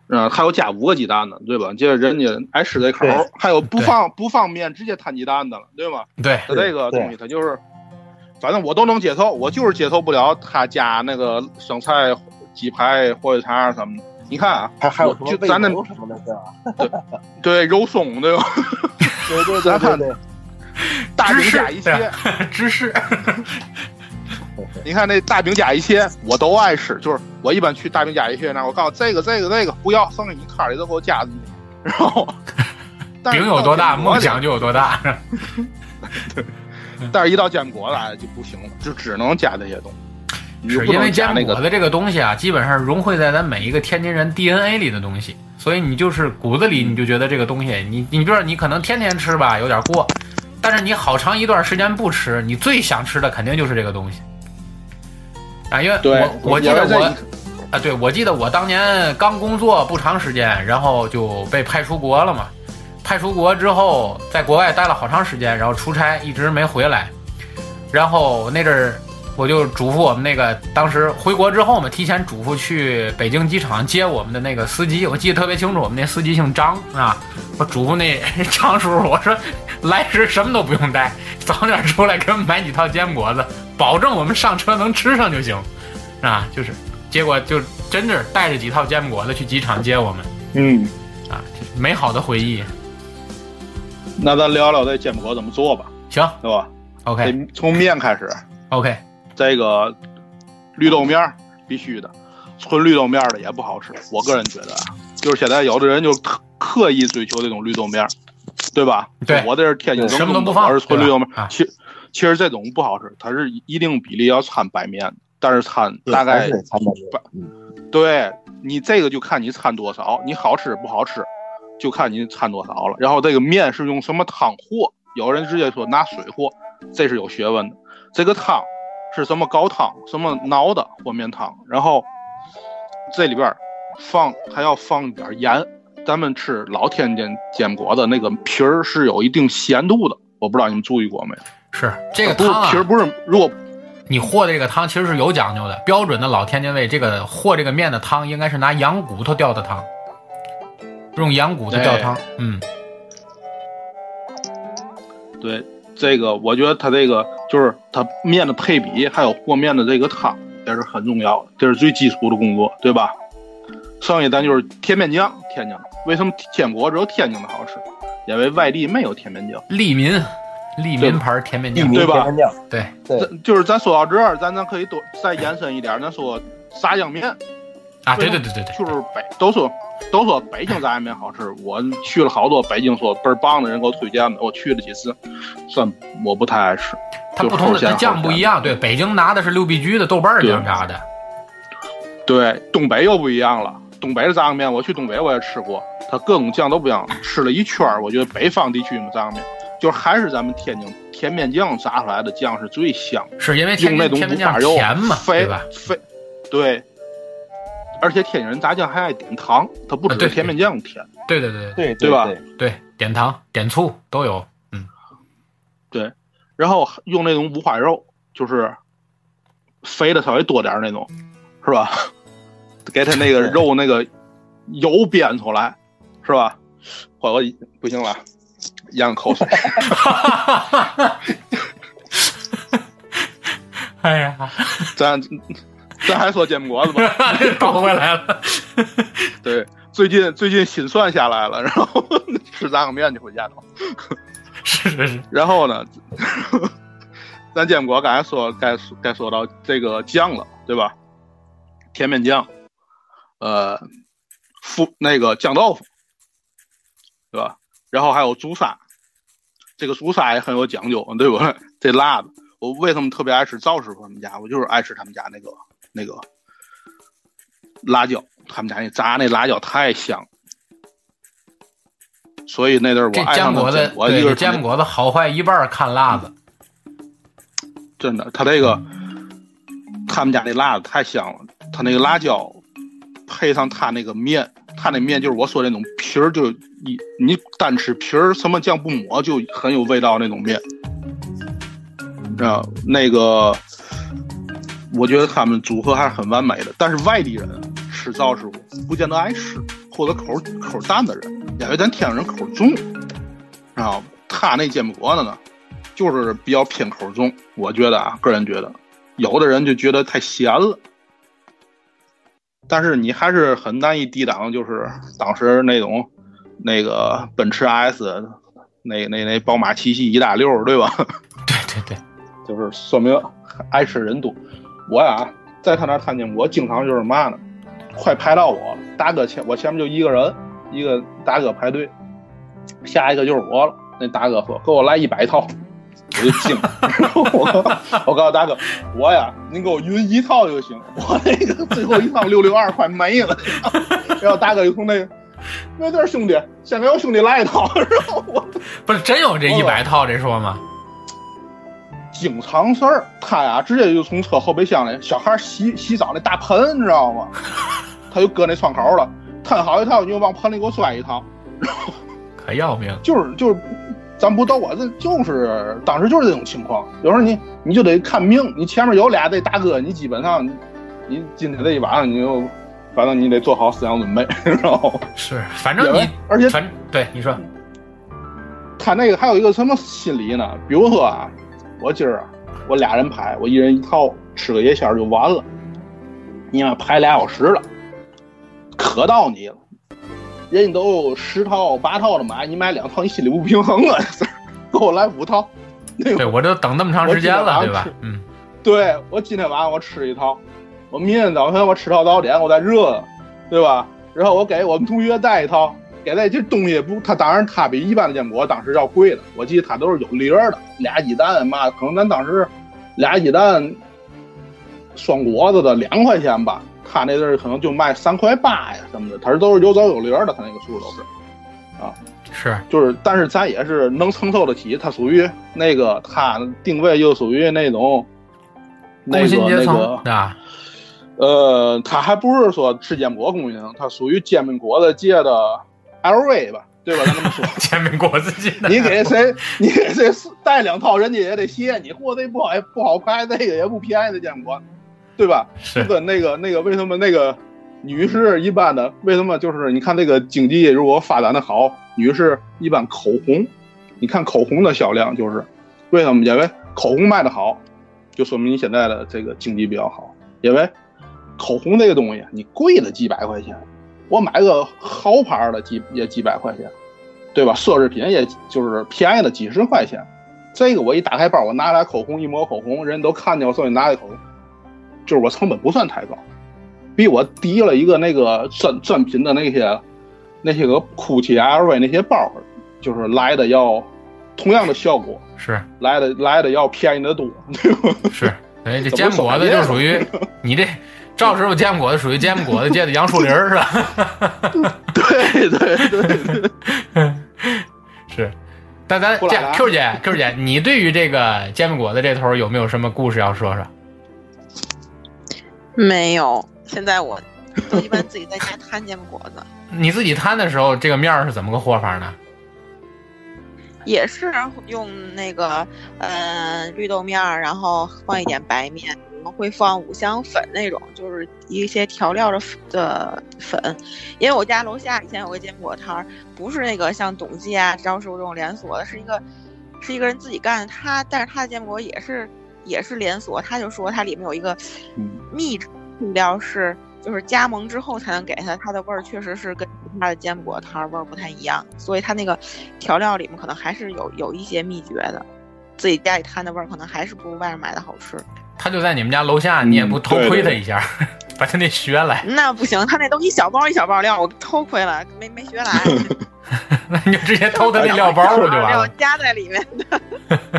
B: 嗯、还有加五个鸡蛋的，对吧？这人家爱吃这口
C: 对
B: 儿，还有不放不放面直接摊鸡蛋的了，对吧？
A: 对，
B: 它这个
C: 对
B: 东西它就是，反正我都能接受，我就是接受不了他加那个生菜、鸡排、火腿肠什么的。你看啊，
C: 还还有
B: 我
C: 什么
B: 就
C: 贝
B: 咱那
C: 牛什么的，对吧？
B: 对肉松对吧？
C: 对对对
B: 咱
C: 对
B: 看
C: 对，
B: 大
A: 芝
B: 饼
A: 士哎
B: 加一
A: 对
B: 切，
A: 芝士。
B: 你看那大饼加一切，我都爱吃。就是我一般去大饼加一切那儿，我告诉这个这个这个不要，剩下你摊儿里都给我加进去。然 后，但是
A: 饼有多大，
B: 一到煎饼果
A: 梦
B: 子
A: 想就有多大。
B: 但是一到坚果来就不行了，就只能加这些东西。你就是不
A: 因为
B: 能加
A: 煎
B: 那
A: 饼
B: 个
A: 果子这个东西啊，基本上融汇在咱每一个天津人 DNA 里的东西，所以你就是骨子里
B: 嗯
A: 你就觉得这个东西，你你比如说你可能天天吃吧，有点过，但是你好长一段时间不吃，你最想吃的肯定就是这个东西。啊，因为
B: 对
A: 我，我记
B: 因
A: 得
B: 为这
A: 我啊，对，我记得我当年刚工作不长时间，然后就被派出国了嘛。派出国之后，在国外待了好长时间，然后出差一直没回来。然后那阵儿，我就嘱咐我们那个当时回国之后嘛，提前嘱咐去北京机场接我们的那个司机，我记得特别清楚，我们那司机姓张啊。我嘱咐那 张叔叔，我说来时什么都不用带，早点出来给我们买几套煎果子，保证我们上车能吃上就行。啊，就是，结果就真是带着几套煎饼果子去机场接我们
B: 嗯，
A: 啊，美好的回忆。
B: 那咱聊聊这坚果怎么做吧，
A: 行
B: 对吧？
A: ，OK
B: 得从面开始，
A: OK，
B: 这个绿豆面儿必须的，纯绿豆面儿的也不好吃。我个人觉得，啊，就是现在有的人就刻刻意追求这种绿豆面儿，对吧？
A: 对
B: 我这是天津
C: 对
B: 正宗的，
A: 什么都不放
B: 我是纯绿豆面
A: 对吧
B: 儿
A: 啊。
B: 其实其实这种不好吃，它是一定比例要掺白面的，但是掺大概
C: 还是得参考这
B: 把
C: 个。嗯，
B: 对你这个就看你掺多少，你好吃不好吃，就看你掺多少了。然后这个面是用什么汤和，有人直接说拿水和，这是有学问的。这个汤是什么高汤，什么熬的和面汤，然后这里边儿放还要放一点盐。咱们吃老天津煎饼果子那个皮儿是有一定咸度的，我不知道你们注意过没有？
A: 是这个
B: 不是
A: 汤
B: 皮儿
A: 啊，
B: 不是，如果
A: 你和的这个汤其实是有讲究的，标准的老天津卫这个和这个面的汤应该是拿羊骨头吊的汤，用羊骨头吊汤，嗯，
B: 对，这个我觉得它这个就是它面的配比，还有和面的这个汤也是很重要的，这是最基础的工作，对吧？剩下咱就是甜面酱，天津的。为什么天国只有天津的好吃？因为外地没有甜面酱。
A: 利民利民牌甜面酱
B: 利，民对吧
C: 甜面酱
A: 对
C: 对
B: 咱就是咱说到这儿，咱咱可以多再延伸一点儿，咱说炸酱面，
A: 啊，对对对对对，
B: 就是北都说都说北京炸酱面好吃，我去了好多北京说倍儿棒的人给我推荐的，我去了几次，算我不太爱吃。
A: 它不同的
B: 就是
A: 它
B: 齁咸
A: 酱不一样，对，北京拿的是六必居的豆瓣儿
B: 嗯对
A: 酱炸的，
B: 对，东北又不一样了。东北的炸酱面，我去东北我也吃过，它各种酱都不一样。吃了一圈儿，我觉得北方地区的炸酱面，就是还是咱们天津甜面酱炸出来的酱是最香的。
A: 是因为天
B: 用那
A: 津天
B: 种五
A: 津酱
B: 花肉
A: 甜嘛，
B: 肥
A: 对吧？
B: 肥，对。而且天津人炸酱还爱点糖，它不
A: 啊
B: 只
A: 对
B: 是甜面酱甜。
A: 对对对
C: 对
B: 对吧
C: 对
A: 对，点糖点醋都有，嗯，
B: 然后用那种五花肉，就是肥的稍微多点儿那种，是吧？给它那个
C: 对
B: 肉那个油煸出来，是吧？我我不行了，咽口水。
A: 哎呀，
B: 咱咱还说煎饼果子吧，
A: 搞回来了，
B: 对，最近最近心算下来了，然后 吃炸酱面就回家了。
A: 是是是，
B: 然后呢， 咱建国刚才说该说该说到这个酱了，对吧？甜面酱，呃，腐那个酱豆腐，对吧？然后还有猪沙，这个猪沙也很有讲究，对不对？ 这辣子，我为什么特别爱吃赵师傅他们家？我就是爱吃他们家那个那个辣椒，他们家那炸那辣椒太香了。所以那阵儿我
A: 这
B: 爱
A: 坚
B: 上
A: 果
B: 了
A: 子
B: 建，国，一
A: 对，
B: 个
A: 这
B: 是他那
A: 坚果子好坏一半儿看辣子，
B: 真的，他这个他们家那辣子太香了，他那个辣椒配上他那个面，他那面就是我说那种皮儿，就你你单吃皮儿，什么酱不抹就很有味道那种面。啊，那个我觉得他们组合还是很完美的，但是外地人吃赵师傅不见得爱吃，或者口口淡的人，因为咱天津人口重，知道吗？他那煎饼果子呢，就是比较偏口重，我觉得啊，个人觉得，有的人就觉得太咸了，但是你还是很难以抵挡，就是当时那种那个奔驰 S，那那那宝马七系一大溜儿，对吧？
A: 对对对，
B: 就是说明爱吃人多。我呀，在他那儿看见我经常就是嘛呢，快排到我了，大哥前我前面就一个人，一个大哥排队，下一个就是我了。那大哥说：“给我来一百套。”我就惊 了，我我告诉大哥，我呀，您给我匀一套就行，我那个最后一套六六二快没了。然后大哥就从那个，没事儿兄弟，先给我兄弟来一套。然后我
A: 不是真有这一
B: 哦
A: 百套这说吗？
B: 经常事儿，他呀直接就从车后备箱里，小孩儿洗洗澡那大盆，你知道 吗？他就搁那窗口了，摊好一套，你就往盆里给我摔一套，
A: 可要命，
B: 就是就是，咱不逗我，这就是当时就是这种情况。有时候你你就得看命，你前面有俩这大哥，你基本上你你今天这一晚上你就，反正你得做好思想准备，知道吗？
A: 是，反
B: 因
A: 正
B: 为
A: 你，
B: 而且
A: 反对你 说，
B: 他那个还有一个什么心理呢？比如说啊，我今儿啊，我俩人排，我一人一套，吃个夜宵就完了。你妈排俩小时了，可到你了，人家都有十套八套的买，你买两套，你心里不平衡啊！ 这是给我来五套。
A: 对我都等那么长时间了，对吧？嗯，
B: 对我今天晚上我吃一套，我明天早晨我吃到早点，我再热，对吧？然后我给我们同学带一套，给那这东西也不，它当然它比一般的建国当时要贵的，我记得它都是有零儿的，俩鸡蛋嘛，可能咱当时俩鸡蛋双果子的两块钱吧，他那阵儿可能就卖三块八呀什么的，它是都是有枣有零儿的，它那个数都是。
A: 是
B: 就是，但是咱也是能承受得起，它属于那个，它定位就属于那种，那
A: 工
B: 个
A: 薪阶
B: 那
A: 层
B: 个，
A: 啊，
B: 呃，它还不是说吃坚果供应，它属于煎饼果子界的 LV 吧，对吧？咱这么说，
A: 煎饼果子进的，
B: 你给谁，你给谁带两套，人家也得谢你，货这不好不好开，这个也不便宜的坚果，对吧？
A: 是
B: 这个那个那个，为什么那个女士一般的，为什么就是你看这个经济如果发展的好，女士一般口红，你看口红的销量就是为什么？因为口红卖的好，就说明你现在的这个经济比较好，因为口红这个东西你贵了几百块钱，我买个豪牌的几也几百块钱，对吧？奢侈品也就是便宜了几十块钱。这个我一打开包，我拿来口红一抹口红，人都看见我手里拿的口红，就是我成本不算太高。比我提了一个那个正正品的那些那些个 GUCCI、LV 那些包，就是来的要同样的效果，
A: 是
B: 来的来的要便宜的多， 对吧？
A: 是，哎，这
B: 怎么
A: 煎果子
B: 手
A: 就
B: 艺
A: 属于 你这赵师傅煎果子属于煎果子界的杨树林儿是吧？
B: 对对对对。
A: 是。但咱
B: 布
A: 这
B: 拉
A: 样
B: 达
A: ，Q 姐，Q 姐，你对于这个煎饼果子这头有没有什么故事要说说？
D: 没有，现在我都一般自己在家摊煎饼果子，
A: 你自己摊的时候，这个面儿是怎么个和法呢？
D: 也是用那个呃绿豆面儿，然后放一点白面，我们会放五香粉那种，就是一些调料的粉的粉。因为我家楼下以前有个坚果摊儿，不是那个像董记啊、招师傅这种连锁的，是一个是一个人自己干的。他但是他的坚果也是也是连锁，他就说它里面有一个
B: 嗯
D: 秘制料是。就是加盟之后才能给它，它的味儿确实是跟其他的坚果摊儿味儿不太一样，所以它那个调料里面可能还是有有一些秘诀的，自己家里摊的味儿可能还是不如外面买的好吃。
A: 他就在你们家楼下，你也不偷窥他一下， 把他那学来，
D: 那不行，他那都一小包一小包料，我偷窥了，没没学来，
A: 那你就直接偷他
D: 哎
A: 那料包不就 完
D: 料
A: 了？
D: 加在里面的。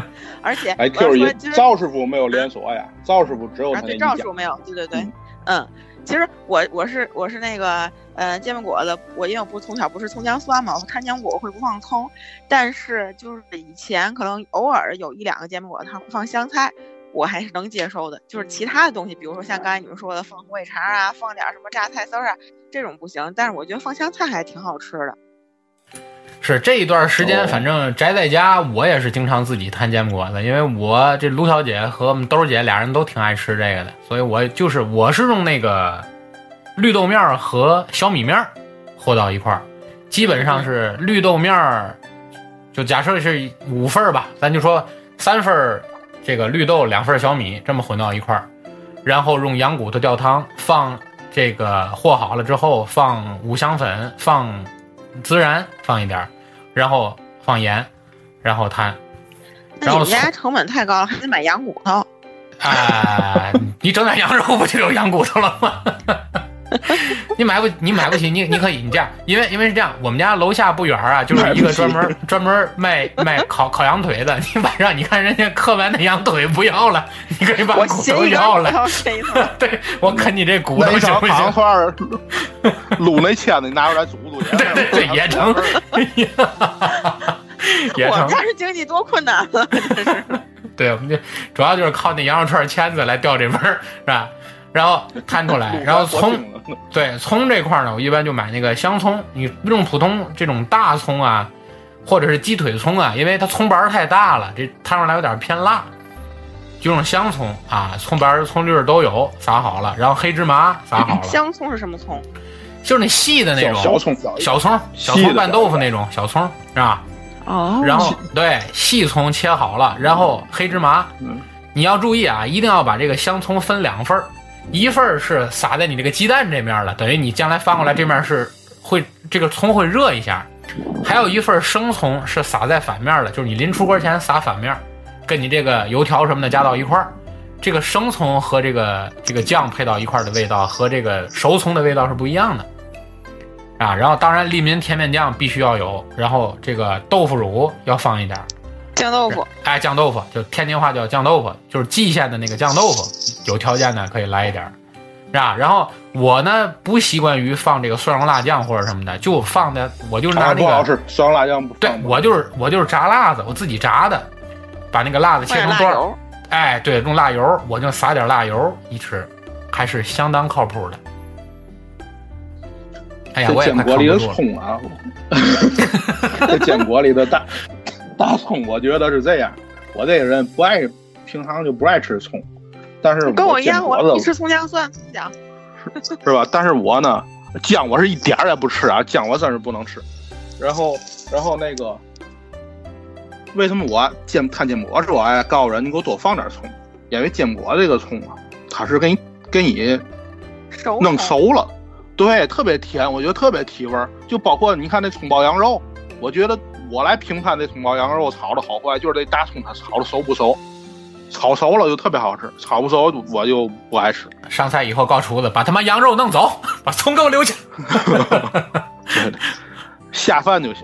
D: 而且
B: 哎
D: 我要
B: ，Q
D: 说
B: 爷，
D: 其实
B: 赵师傅没有连锁呀，赵师傅只有他
D: 啊，
B: 那
D: 对，
B: 一
D: 赵
B: 家。
D: 叔没有，对对对
B: 嗯，
D: 嗯，其实我我是我是那个呃煎饼果子，我因为我不是从小不吃葱姜蒜嘛，我看坚果我会不放葱，但是就是以前可能偶尔有一两个煎饼果子它会放香菜。我还是能接受的，就是其他的东西，比如说像刚才你们说的放火腿肠啊，放点什么榨菜丝儿啊，这种不行。但是我觉得放香菜还挺好吃的。
A: 是这一段时间，
B: 哦
A: 反正宅在家，我也是经常自己摊煎饼果子，因为我这卢小姐和我们兜儿姐俩人都挺爱吃这个的，所以我就是我是用那个绿豆面儿和小米面儿和到一块儿，基本上是绿豆面儿，就假设是五份儿吧，咱就说三份儿这个绿豆，两份儿小米，这么混到一块儿，然后用羊骨头吊汤，放这个和好了之后，放五香粉，放孜然，放一点儿，然后放盐，然后摊。
D: 那
A: 然后
D: 你们家
A: 葱
D: 成本太高了，还得买羊骨头。
A: 啊、你整点羊肉不就有羊骨头了吗？ 你买不，你买不起，你你可以，你这样，因为因为是这样，我们家楼下不远儿啊，就是一个专门专门卖卖烤烤羊腿的。 你晚上你看人家刻完的羊腿不要了，你可以把
D: 我
A: 骨
D: 心
A: 头
D: 里
A: 要了。
D: 这一份儿
A: 对，我啃你这骨
B: 那
A: 头
B: 一
A: 行
B: 小
A: 不
B: 糖
A: 行？
B: 块儿撸那签子，你拿出来煮煮 去。
A: 对对对，也成， 也
D: 我
A: 成
D: 们。家这经济多困难了，真是。
A: 对，我们就主要就是靠那羊肉串签子来吊这味儿，是吧？然后摊出来，然后
B: 从
A: 葱，对葱这块儿呢，我一般就买那个香葱，你用普通这种大葱啊，或者是鸡腿葱啊，因为它葱白儿太大了，这摊上来有点偏辣，就用香葱啊，葱白儿、葱绿儿都有，撒好了，然后黑芝麻撒好 了，
D: 香葱是什么葱？
A: 就是那细的那种
B: 小小葱，小
A: 小葱，小
B: 细
A: 葱
B: 的
A: 拌豆腐那种小葱，是吧？
D: 哦
A: 然后对细葱切好了，然后黑芝麻
B: 嗯，
A: 你要注意啊，一定要把这个香葱分两份儿，一份儿是撒在你这个鸡蛋这面儿了，等于你将来翻过来这面儿是会这个葱会热一下，还有一份儿生葱是撒在反面儿了，就是你临出锅前撒反面儿，跟你这个油条什么的加到一块儿。这个生葱和这个这个酱配到一块儿的味道和这个熟葱的味道是不一样的，啊，然后当然利民甜面酱必须要有，然后这个豆腐乳要放一点儿，
D: 酱豆腐。
A: 哎，酱豆腐就天津话叫酱豆腐，就是蓟县的那个酱豆腐，有条件的可以来一点儿，是吧？然后我呢不习惯于放这个蒜蓉辣酱或者什么的，就放的我就是拿
B: 啊，
A: 那
B: 不
A: 个，
B: 好吃，酸辣酱不
A: 对
B: 放不
A: 我就是我就是炸辣子，我自己炸的，把那个辣子切
D: 放点
A: 成
D: 辣
A: 段儿，
D: 油，
A: 哎，对，用辣油，我就撒点辣油一吃，还是相当靠谱的。哎呀，
B: 这
A: 我也
B: 坚
A: 快
B: 果
A: 扛
B: 里
A: 不
B: 的
A: 住了。
B: 葱啊，这坚果里的大大葱，我觉得是这样。我这个人不爱，平常就不爱吃葱，但是
D: 跟我一
B: 坚
D: 样，
B: 果
D: 我
B: 子
D: 你吃葱姜蒜讲，
B: 是吧？但是我呢，姜我是一点儿也不吃啊，姜我真是不能吃。然后，然后那个，为什么我煎摊煎果时候，我爱告诉人你给我多放点葱？因为坚果这个葱啊，它是给你给你
D: 熟
B: 弄
D: 葱
B: 熟了，对，特别甜，我觉得特别提味儿。就包括你看那葱爆羊肉，我觉得我来评判这葱爆羊肉炒的好坏，就是这大葱它炒的熟不熟。炒熟了就特别好吃，炒不熟我就不爱吃。
A: 上菜以后告厨子，把他妈羊肉弄走， 把葱给我留下。
B: 对的，下饭就行。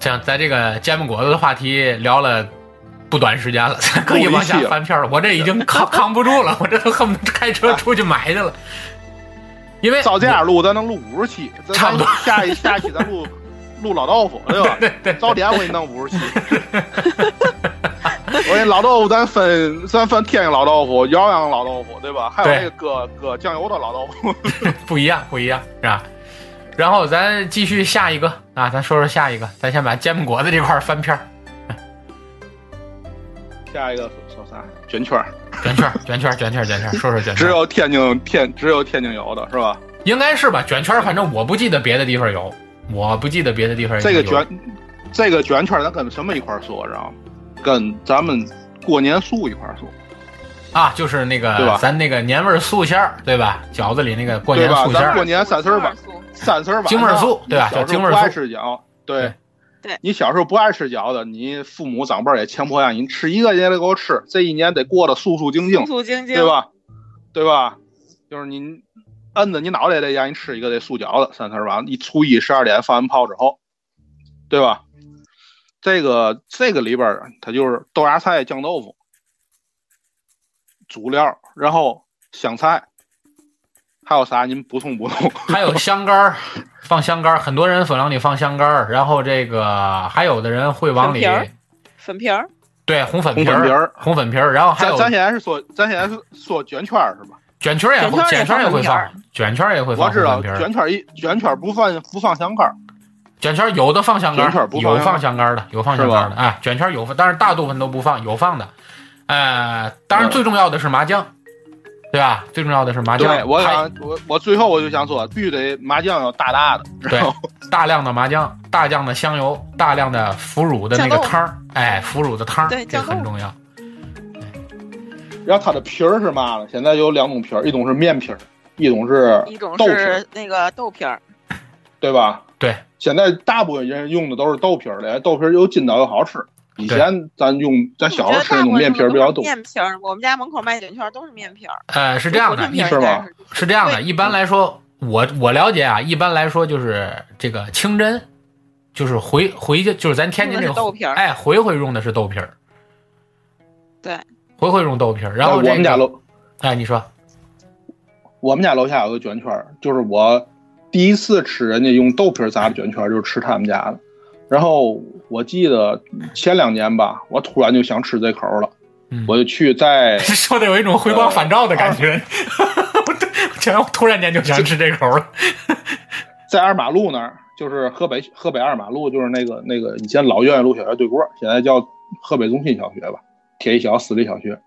A: 这样，在这个煎饼果子的话题聊了不短时间了， 可以往下翻篇了。我这已经 扛扛不住了，我这都恨不得开
B: 啊
A: 车出去埋去了。因为
B: 照这样录，咱能录五十期，咱
A: 差不多
B: 下一下一期咱录录老豆腐，对吧？
A: 对对
B: 早点我给你弄五 十期。我给老豆腐，咱分咱分天津老豆腐、辽阳老豆腐，对吧？还有
A: 对
B: 那个搁搁酱油的老豆腐。
A: 不一样，不一样，是吧？然后咱继续下一个啊，咱说说下一个，咱先把煎饼果子这块儿翻篇儿，
B: 下一个说啥？卷圈儿，
A: 卷圈儿，卷圈儿，卷圈儿，卷圈儿，说说卷圈
B: 只
A: 儿，
B: 有天津天只有天津有的是吧？
A: 应该是吧？卷圈儿，反正我不记得别的地方有，我不记得别的地方有
B: 这个卷，这个卷圈儿，咱跟什么一块儿说？知道吗？跟咱们过年酥一块儿说，
A: 啊，就是那
B: 对
A: 个
B: 吧
A: 咱那个年味儿素馅儿，对吧？饺子里那个过
B: 对
A: 年
B: 吧？
A: 素馅
B: 咱
A: 儿
B: 过，年三十儿吧，三十儿晚上
A: 京味儿素对吧
B: 你小时
A: 叫京
B: 候
A: 味儿
B: 不
A: 素
B: 爱吃饺，对
A: 对。
D: 对
B: 你小时候不爱吃饺子，你父母长辈儿也强迫让你吃一个也得给我吃，这一年得过得肃肃静静
D: 素，素晶晶
B: 对？吧？对吧？就是你摁着你脑袋得让你吃一个这素饺子，三十儿晚上一初一十二点放完炮之后，对吧？这个这个里边儿它就是豆芽菜酱豆腐，主料，然后香菜，还有啥？您补充补充。
A: 还有香干儿，放香干儿，很多人粉往里放香干儿，然后这个还有的人会往里
D: 粉皮儿粉皮儿，
A: 对红 粉
B: 红
A: 皮
B: 粉皮
A: 儿，
B: 儿。
A: 红粉皮儿，然后还
B: 咱
A: 有
B: 咱现在是说，咱现在是说卷圈儿是吧？
A: 卷圈儿也会，卷圈
D: 卷圈
A: 儿
D: 儿
A: 也
D: 也
A: 会
D: 放
A: 放，卷圈儿也会
B: 我
A: 放
B: 知
A: 红
B: 道
A: 粉皮儿，
B: 卷圈儿一卷圈儿不放不放香干儿，
A: 卷圈儿有的放香干
B: 卷圈
A: 儿
B: 儿，不放
A: 有
B: 香
A: 放香干儿的，有放香干儿的，哎，卷圈儿有放，但是大部分都不放，有放的，呃，当然
B: 嗯
A: 最重要的是麻酱，对吧？最重要的是麻
B: 对
A: 酱，
B: 我啊
A: 还
B: 想我我最后我就想说，必须得麻酱要大大的，
A: 对 大量的麻酱，大量的香油，大量的腐乳的那个
D: 酱豆腐
A: 汤儿，哎，腐乳的汤儿，
D: 对
A: 这
D: 酱豆
A: 很
D: 腐
A: 重要。
B: 然后它的皮儿是嘛呢？现在有两种皮儿，一种是面皮儿，一种是
D: 一种
B: 豆皮儿，
D: 是那个豆皮儿，
B: 对吧？
A: 对，
B: 现在大部分人用的都是豆皮儿的，豆皮儿又筋道又好吃。以
A: 对
B: 前咱用咱小时候
D: 我觉
B: 吃那
D: 得大部
B: 种
D: 分
B: 面皮儿比较
D: 都
B: 多
D: 是，面皮儿，我们家门口卖卷圈儿都是面皮儿，
A: 呃，是这样
D: 火
A: 的，
D: 腿
A: 一
D: 皮儿
B: 是
D: 应该
B: 吗
D: 是
A: 是这样的，
D: 对
A: 一般来说，我我了解啊，一般来说就是这个清真，就是回回家就是咱天津这
D: 用的是
A: 个
D: 豆皮儿
A: 哎，回回用的是豆皮儿，
D: 对，
A: 回回用豆皮儿。然
B: 哎
A: 后这
B: 我们家
A: 个，
B: 楼
A: 哎，你说
B: 我们家楼下有个卷圈儿，就是我第一次吃人家用豆皮儿炸的卷圈儿，就是吃他们家的。然后我记得前两年吧，我突然就想吃这口儿了，
A: 嗯
B: 我就 去在
A: 说的有一种回光返照的感觉，
B: 哦
A: 我突然我突然间就想吃这口了。
B: 在二马路那儿，就是河北河北二马路，就是那个那个以前老院路小学对过儿，现在叫河北中心小学吧，铁一小私立小学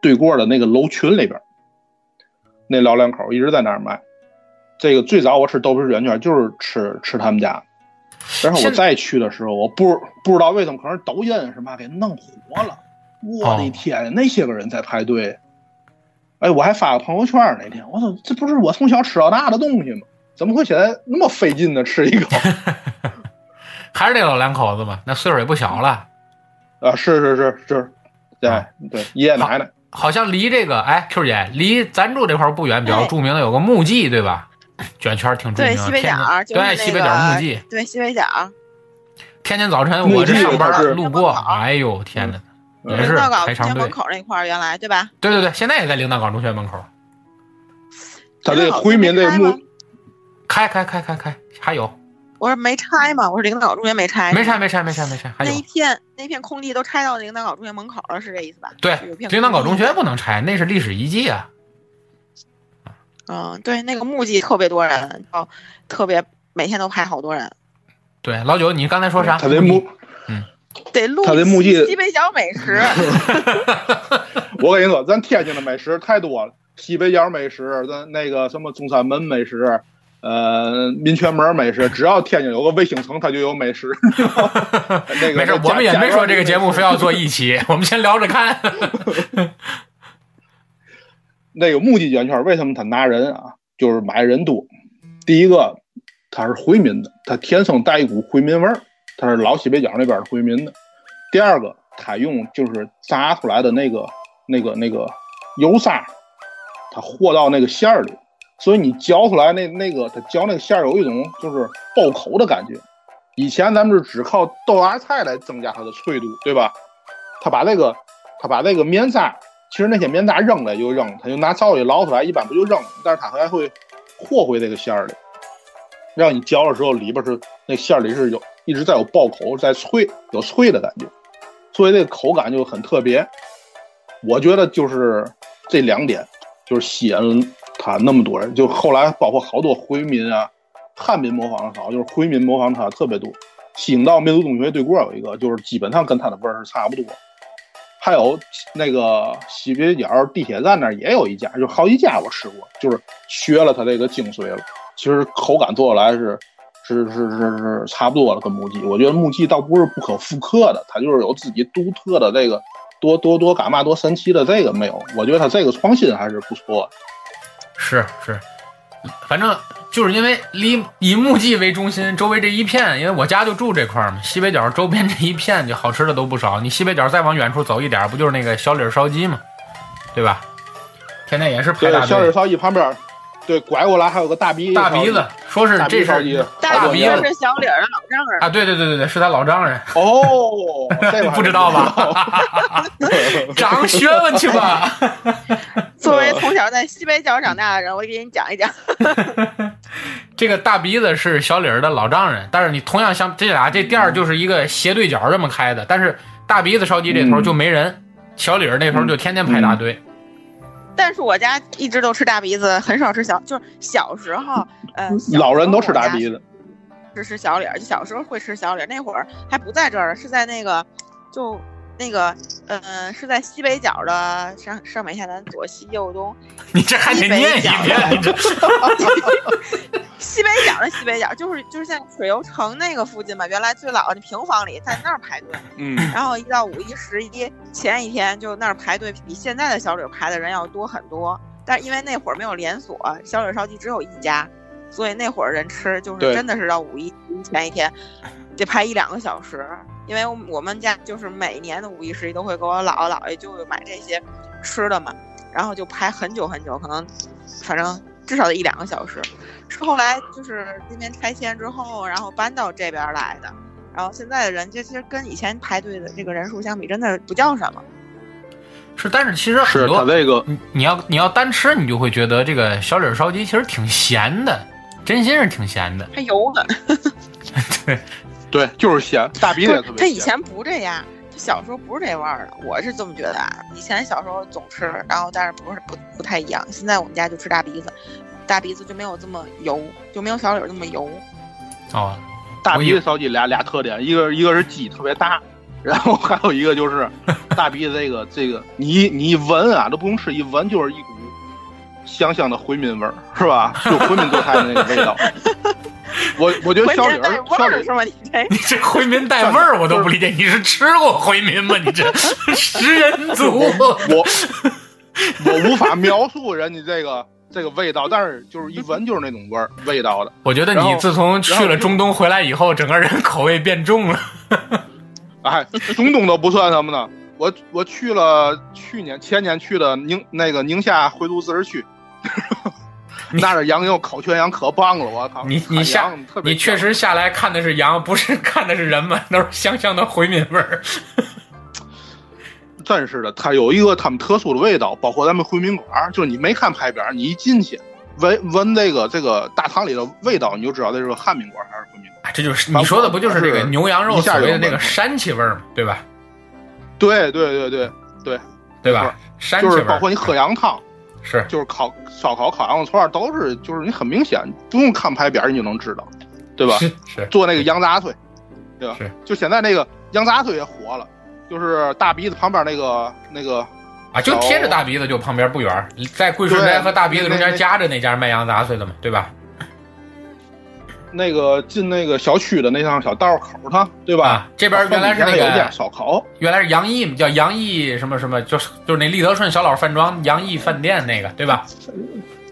B: 对过儿的那个楼群里边儿，那老两口儿一直在那儿卖。这个最早我吃豆皮卷卷就是吃吃他们家，然后我
A: 现
B: 再去的时候，我不不知道为什么，可能是抖音是嘛给弄火了，我的
A: 哦
B: 天，那些个人在排队。哎，我还发个朋友圈儿那天，我说这不是我从小吃到大的东西吗？怎么会现在那么费劲呢？吃一口
A: 还是那老两口子嘛，那岁数也不小了，
B: 啊，是是是是，对
A: 啊
B: 对，爷爷奶奶，
A: 好像离这个哎 Q 姐离咱住这块儿不远，比较
D: 哎
A: 著名的有个木记对吧？卷圈儿挺著名
D: 对
A: 的，
D: 西北
A: 天
D: 角
A: 津
D: 儿，就是
A: 对
D: 那
A: 西北角儿
D: 个
A: 木记，
D: 对西北角儿，
A: 天天早晨
B: 木
A: 我这
B: 屐
A: 上班
B: 它
A: 儿
B: 是
A: 路过，
D: 门口儿
A: 哎呦天哪！
B: 嗯
A: 也是
D: 那个
A: 排长
D: 家
A: 队
D: 门。口那块儿原来对吧？
A: 对对对，现在也在领导岗中学门口儿，
B: 他这回民这
D: 那
B: 木
D: 个
A: 开开开开开，还有
D: 我说没拆嘛，我说领导中学没拆，
A: 没拆没拆没拆没拆，还
D: 哎那
A: 有
D: 一片那片空地都拆到领导中学门口了，是这意思吧？
A: 对
D: 有片空地
A: 领导岗中学不能拆，那是历史遗迹啊。
D: 嗯，对，那个木记特别多人，然后特别每天都排好多人，
A: 对，老九，你刚才说啥？
B: 他这木，
D: 得录
B: 他这木记
D: 西北角美 食，
B: 我跟你说，咱天津的美食太多了，西北角美食，咱那个什么中山门美食，呃，民权门美食，只要天津有个卫星城，它就有美食。 那个
A: 没事，
B: 那
A: 我们也
B: 贾
A: 没说这个
B: 贾
A: 节目非要做一 期，我们先聊着看。
B: 那个木记卷圈，为什么他拿人啊？就是买人多。第一个，他是回民的，他天生带一股回民味儿，他是老西北角那边儿的回民的。第二个，他用就是炸出来的那个那个那个油渣，它和到那个馅儿里，所以你嚼出来那那个它嚼那个馅儿有一种就是爆口的感觉。以前咱们是只靠豆芽菜来增加它的脆度，对吧？他把那个他把那个面渣，其实那些面渣扔了也就扔了，他就拿笊帚捞出来，一般不就扔了？但是他还会和回这个馅儿里，让你嚼的时候里边是那馅儿里是有一直在有爆口，在脆，有脆的感觉，所以这个口感就很特别。我觉得就是这两点，就是吸引了他那么多人，就后来包括好多回民啊、汉民模仿的少，就是回民模仿他特别多。西到民族中学对过有一个，就是基本上跟它的味儿是差不多。还有那个西北角地铁站那儿也有一家，就好几家我吃过，就是学了它这个精髓了。其实口感做来是是是是是差不多了，跟木记。我觉得木记倒不是不可复刻的，它就是有自己独特的这个多多多干嘛多神奇的这个没有。我觉得它这个创新还是不错的。
A: 是是，反正就是因为离以木记为中心，周围这一片，因为我家就住这块儿嘛，西北角周边这一片就好吃的都不少。你西北角再往远处走一点儿，不就是那个小李儿烧鸡嘛，对吧？天天也是排
B: 对
A: 大，
B: 小李
A: 队，
B: 烧鸡旁边，对，拐过来还有个大鼻
A: 大
B: 烧
A: 鼻
B: 鸡
A: 子，说是
B: 大
A: 这
B: 鼻烧鸡
A: 是，
D: 大
A: 鼻
D: 鼻
A: 子
D: 子是小李儿的老丈 人，
A: 啊，对对对对对，是他老丈 人，
B: 哦，这我还
A: 不知道吧？
B: 真不知道？
A: 长学问去吧。
D: 作为从小在西北角长大的人，我给你讲一讲。
A: 这个大鼻子是小李儿的老丈人，但是你同样像这俩这店儿就是一个斜对角这么开的，但是大鼻子烧鸡这头就没人，小李儿那头就天天排
B: 嗯
A: 大队。
D: 但是我家一直都吃大鼻子，很少吃小，就是小时候，呃，
B: 老人都吃大
D: 子。
B: 鼻子，
D: 只吃小李儿，就小时候会吃小李儿，那会儿还不在这儿，是在那个，就那个，呃，是在西北角的上上北下南左西右东，
A: 你这还得念一遍，你这
D: 西北角的西北角，就是就是在水游城那个附近吧，原来最老的平房里，在那儿排队，
B: 嗯，
D: 然后一到五一十一前一天就那儿排队，比现在的小李儿排的人要多很多，但是因为那会儿没有连锁，小李儿烧鸡只有一家，所以那会儿人吃就是
B: 对
D: 真的是到五一前一天得排一两个小时，因为我们家就是每年的五一十一都会给我姥姥姥爷就买这些吃的嘛，然后就排很久很久，可能反正至少得一两个小时。是后来就是那边拆迁之后，然后搬到这边来的。然后现在的人，就其实跟以前排队的这个人数相比，真的不叫什么。
A: 是，但是其实很
B: 是他
A: 多，
B: 这个
A: 你你要你要单吃，你就会觉得这个小李儿烧鸡其实挺咸的，真心是挺咸的。
D: 它油呢，
B: 对，就是咸，大鼻子也特别
D: 它
B: 咸。
D: 以前不这样，它小时候不是这味儿的。我是这么觉得啊，以前小时候总吃，然后但是不是不不太一样。现在我们家就吃大鼻子，大鼻子就没有这么油，就没有小柳那么油。
A: 哦，
B: 大鼻子烧鸡俩俩特点，一个一个是鸡特别大，然后还有一个就是 大鼻子这个这个，你一你一闻啊都不用吃，一闻就是一股香香的回民味儿，是吧？就回民做菜的那个味 道。我我觉得
D: 关
B: 小李
D: 键带
B: 儿
D: 味
B: 小
D: 儿
B: 李
D: 是吗？你这
A: 你这回民带味儿，我都不理解，你是吃过回民吗？你 这食人族。
B: 我我无法描述人家这个这个味道，但是就是一闻就是那种味儿味道的。
A: 我觉得
B: 然
A: 你
B: 后
A: 自从去
B: 然后
A: 了
B: 就
A: 中东回来以后，整个人口味变重了。
B: 哎，中东都不算什么呢。我我去了去年前年去的宁那个宁夏回族自治 区，那儿的羊肉烤全羊可棒了，我靠！
A: 你你下
B: 烤羊特别
A: 你
B: 香
A: 确实下来看的是羊，不是看的是人嘛，都是香香的回民味儿。
B: 真是的，它有一个他们特殊的味道，包括咱们回民馆儿，就是你没看牌匾儿，你一进去闻闻这个这个大堂里的味道，你就知道这是汉民馆儿还是回民馆儿。
A: 哎这就是你说的，不就是这个牛羊肉
B: 一下
A: 所
B: 就
A: 谓的那个
B: 闻出来
A: 膻气味儿嘛，对吧？
B: 对对对对，
A: 对
B: 没
A: 吧？膻气
B: 就
A: 味
B: 是
A: 儿
B: 包括你喝羊汤，
A: 是
B: 就是烤烧烤、烤羊肉串儿，都是就是你很明显不用看牌匾儿你就能知道，对吧？
A: 是是
B: 做那个羊杂碎，对吧？
A: 是
B: 就现在那个羊杂碎也火了，就是大鼻子旁边那个那个，
A: 啊，就贴着大鼻子就旁边不远儿，在桂顺斋和大鼻子中
B: 对那
A: 间
B: 那
A: 夹着那家卖羊杂碎的嘛，对吧？
B: 那个进那个小区的那趟小道口儿上，对吧？
A: 啊，这边原来是
B: 后
A: 那
B: 面有一家
A: 个
B: 烧烤，
A: 原来是杨毅叫杨毅什么什么，就是就是那立德顺小老饭庄杨毅饭店那个，对吧？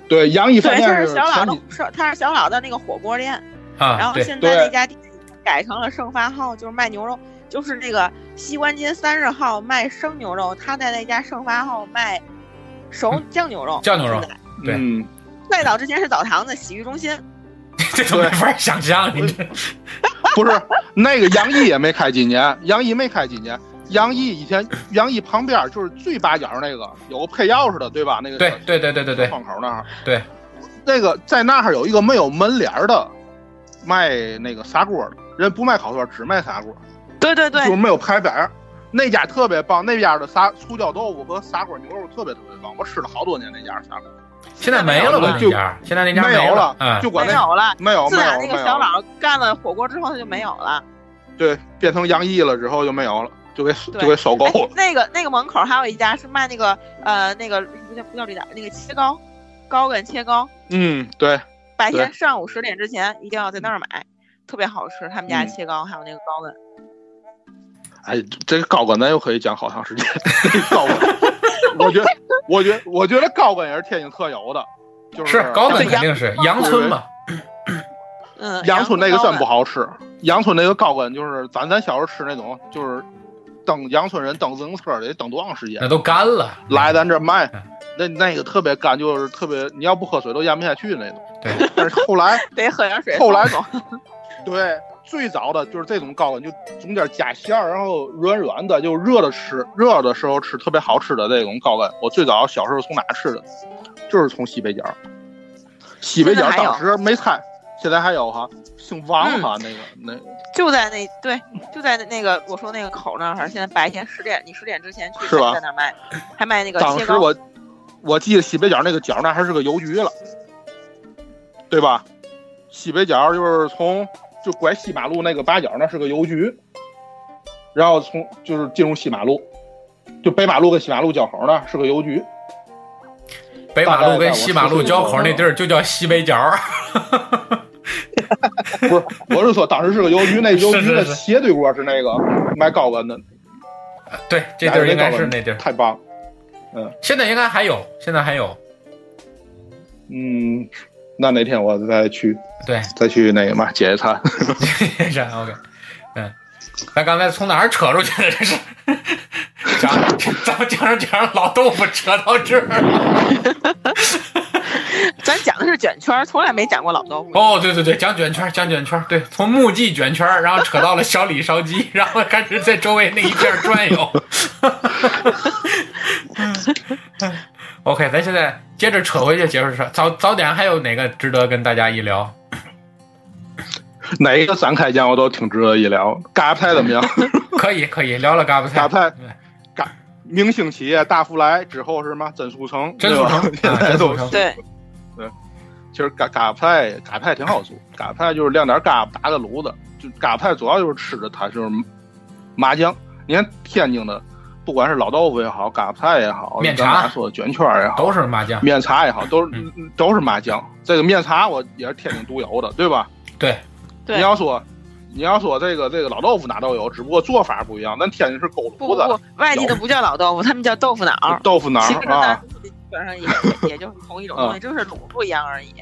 B: 对，杨一饭
D: 对，
B: 店
D: 这是小老
B: 前
D: 的
B: 几，
D: 是它是小老的那个火锅店。然
A: 啊，
D: 后
A: 对，
D: 现在那
B: 对
D: 家店改成了盛发号，就是卖牛肉，就是那个西关街三十号卖生牛肉，他在那家盛发号卖熟酱牛肉。
A: 酱牛肉
D: 现在
A: 对
B: 嗯，
D: 再早之前是澡堂子洗浴中心，
A: 这都没法想象，你这
B: 不是 那个杨毅也没开几年，杨毅没开几年。杨毅以前，杨毅旁边就是最八角那个，有个配钥匙的，对吧？那个
A: 对
B: 小
A: 对对对对对，
B: 窗口那儿，
A: 对，
B: 那个在那儿有一个没有门帘儿的，卖那个砂锅的，人不卖烤串，只卖砂锅，
D: 对对
B: 就是
D: 对，
B: 没有牌匾儿。那家特别棒，那家的砂醋椒豆腐和砂锅牛肉特别特别棒，我吃了好多年那家砂锅，
A: 现在没了吧
B: 就
A: 那家，现在那家
B: 没
A: 了
B: 有了，
A: 嗯，
B: 就管
D: 没
B: 那
D: 有了。
B: 没有
D: 自
B: 没有
D: 打那
B: 没
D: 个
B: 有
D: 小
B: 了，
D: 老干了火锅之后，他就没有了。
B: 对，变成杨毅了之后就没有了，就给
D: 对
B: 就给收购
D: 哎
B: 了，，
D: 那个那个门口还有一家是卖那个呃那个不叫不叫驴打那个切糕，糕跟切糕，
B: 嗯，对，
D: 白天
B: 对
D: 上午十点之前一定要在那儿买，特别好吃。他们家切糕还有那个糕跟，
B: 哎，这个高跟咱又可以讲好长时间。 高跟，我觉得，我觉得，我觉得高跟也是天津特有的，就是
A: 高
D: 对
A: 本肯
D: 羊
A: 定是羊村嘛，
D: 嗯，
B: 杨村那个真不
D: 好。
B: 好吃。杨村那个高跟就是咱咱小时候吃那种，就是蹬杨村人蹬自行车得蹬多长时间
A: 那，都干了，
B: 来咱这卖
A: 嗯，
B: 那那个特别干，就是特别你要不喝水都咽不下去那种。
A: 对，
B: 但是后来
D: 得喝点水。
B: 后来
D: 走，
B: 对，最早的就是这种高跟，就中间加馅儿，然后软软的，就热的吃，热的时候吃特别好吃的那种高跟。我最早小时候从哪儿吃的？就是从西北角。西北角当时没拆，现在还有哈，姓王哈、那个那
D: 就在那对，就在那个我说那个口那儿，现在白天十点，你十点之前去
B: 是吧
D: 在那儿卖，还卖那个
B: 当
D: 切
B: 时
D: 糕。
B: 我我记得西北角那个角那还是个邮局了，对吧？西北角就是从就拐西马路那个八角那是个邮局，然后从就是进入西马路，就北马路跟西马路交口那是个邮局。
A: 北马路跟西马路交口那地儿就 叫西北角，
B: 不是，我是说当时是个邮 局，那邮
A: 是
B: 局
A: 是
B: 的
A: 是
B: 斜对过是那个卖高跟的，
A: 对，这地儿应该是那地儿，
B: 太棒。
A: 现在应该还有，现在还有，
B: 嗯，那哪天我再去
A: 对，
B: 再去那个嘛解解馋。
A: 是 OK，嗯，咱刚才从哪儿扯出去的？这是 讲咱们讲着讲着老豆腐扯到这儿了。
D: 咱讲的是卷圈儿，从来没讲过老豆腐。
A: 哦，对对对，讲卷圈，讲卷圈，对，从木屐卷圈，然后扯到了小李烧鸡，然后开始在周围那一片儿转悠。OK，咱现嗯在接着扯回去，接着扯，早早点还有哪个值得跟大家一聊？
B: 哪一个展开讲我都挺值得一聊。嘎派怎么样？
A: 可以可以，聊聊嘎巴 菜
B: 嘎。派
A: 对，
B: 嘎明星企业大福来之后是什么？真速成，
A: 真速成
B: 对吧
A: 啊
B: 现在
A: 真速
B: 都
A: 成
D: 对，
B: 其实嘎嘎派嘎派挺好做，嘎派就是晾点嘎巴打个炉子，就嘎派主要就是吃的它就是麻酱。你看天津的，不管是老豆腐也好，嘎派也好，
A: 面茶
B: 你刚才说的卷圈也好，
A: 都是麻将，
B: 面茶也好，都是
A: 嗯
B: 都是麻酱。这个面茶我也是天津独有的，对吧？
A: 对，
D: 对
B: 你要说你要说这个这个老豆腐哪都有，只不过做法不一样。咱天津是勾
D: 不
B: 炉
D: 不
B: 子、
D: 不，外地的不叫老豆腐，他们叫豆腐脑儿。
B: 豆腐脑
D: 其实
B: 儿啊嗯
D: 呢，，基本上也也就是同一种东西，就是卤不一样而已。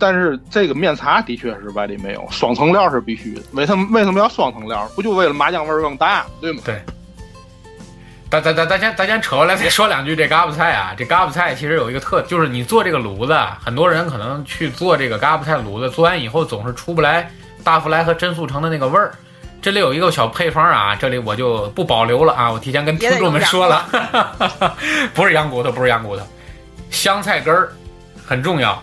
B: 但是这个面茶的确是外地没有，双层料是必须的。为什么为什么要双层料？不就为了麻酱味儿更大，对吗？
A: 咱咱咱咱先咱先扯回来再说两句这嘎巴菜啊，这嘎巴菜其实有一个特，就是你做这个炉子啊，很多人可能去做这个嘎巴菜炉子，做完以后总是出不来大福来和真速成的那个味儿。这里有一个小配方啊，这里我就不保留了啊，我提前跟听众们说了， 不是羊骨头，不是羊骨头，香菜根儿很重要，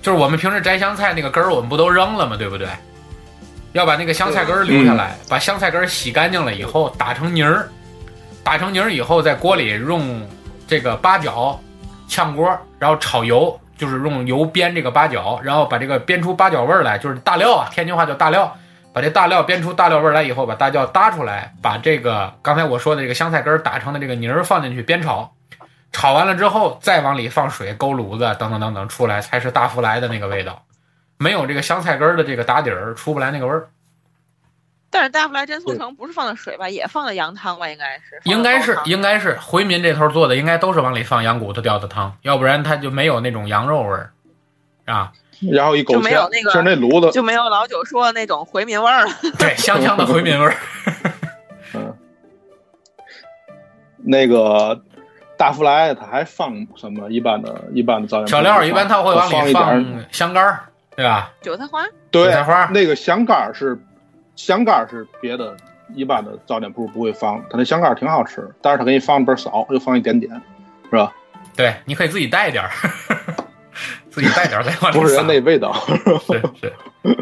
A: 就是我们平时摘香菜那个根儿，我们不都扔了吗？对不对？要把那个香菜根儿留下来，把香菜根儿洗干净了以后打成泥儿，打成泥儿以后在锅里用这个八角炝锅，然后炒油，就是用油煸这个八角，然后把这个煸出八角味儿来，就是大料啊，天津话叫大料。把这大料煸出大料味儿来以后，把大料搭出来，把这个刚才我说的这个香菜根儿打成的这个泥儿放进去煸炒，炒完了之后再往里放水勾炉子，等等等等，出来才是大福来的那个味道。没有这个香菜根儿的这个打底儿，出不来那个味儿。
D: 但是大福来真速成不是放的水吧，也放的羊汤吧，应该是。
A: 应该是
D: 放的高汤
A: 应该是回民这头做的，应该都是往里放羊骨头吊的汤，要不然它就没有那种羊肉味儿 啊。
B: 然后一勾
D: 就没有那
B: 芡，
D: 个
B: 就是那炉子，
D: 就没有老九说的那种回民味儿了。
A: 对，香香的回民味儿。
B: 那个大福来他还放什么一般的一般的糟
A: 调料一般他会往
B: 放
A: 里
B: 一点儿
A: 放香干儿，对吧？
D: 韭菜花，
A: 韭
B: 对
A: 菜花
B: 那个香干儿是香干儿是别的一般的早点铺不会放，他那香干儿挺好吃，但是他给你放倍儿少，就放一点点，是吧？
A: 对，你可以自己带点儿， 自己带点儿再往里
B: 不是
A: 撒
B: 那味道，
A: 是是。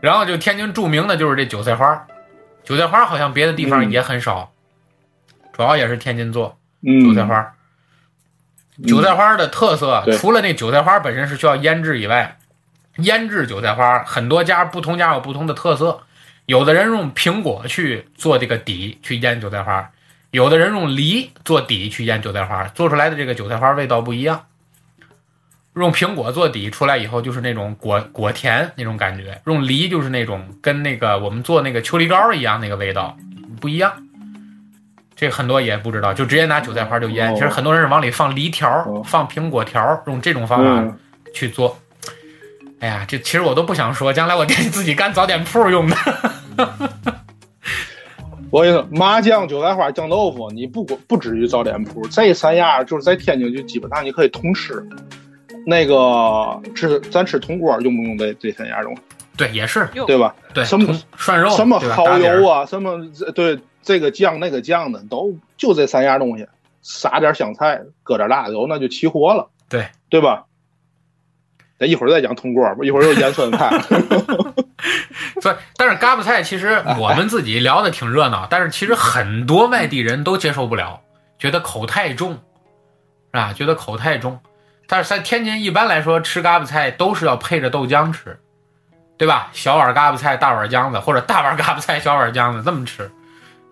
A: 然后就天津著名的就是这韭菜花，韭菜花好像别的地方
B: 嗯
A: 也很少，主要也是天津做
B: 嗯，
A: 韭菜花。
B: 嗯，
A: 韭菜花的特色，
B: 对
A: 除了那韭菜花本身是需要腌制以外，腌制韭菜花很多家不同家有不同的特色，有的人用苹果去做这个底去腌韭菜花，有的人用梨做底去腌韭菜花，做出来的这个韭菜花味道不一样。用苹果做底出来以后，就是那种果果甜那种感觉；用梨就是那种跟那个我们做那个秋梨膏一样那个味道不一样。这很多也不知道，就直接拿韭菜花就腌。
B: 哦
A: 其实很多人是往里放梨条、
B: 哦
A: 放苹果条，用这种方法
B: 嗯，
A: 去做。哎呀，这其实我都不想说，将来我店自己干早点铺用的。
B: 我跟你说，麻酱、韭菜花、酱豆腐，你不光不止于早点铺，这三样就是在天津就基本上你可以同吃。那个吃咱吃铜锅用不用这这三样东西，
A: 对，也是
B: 对吧？
A: 对，
B: 什么
A: 同涮肉，
B: 什么
A: 对吧
B: 蚝油
A: 啊，
B: 啊，什么对这个酱那个酱的，都就这三样东西，撒点香菜，搁点辣油，那就齐活了，
A: 对
B: 对吧？咱一会儿再讲铜锅，一会儿又盐酸菜，
A: 所以，但是嘎巴菜其实
B: 哎
A: 我们自己聊的挺热闹，但是其实很多外地人都接受不了，觉得口太重，是吧？觉得口太重。但是在天津一般来说吃嘎巴菜都是要配着豆浆吃，对吧？小碗嘎巴菜，大碗浆子，或者大碗嘎巴菜，小碗浆子这么吃，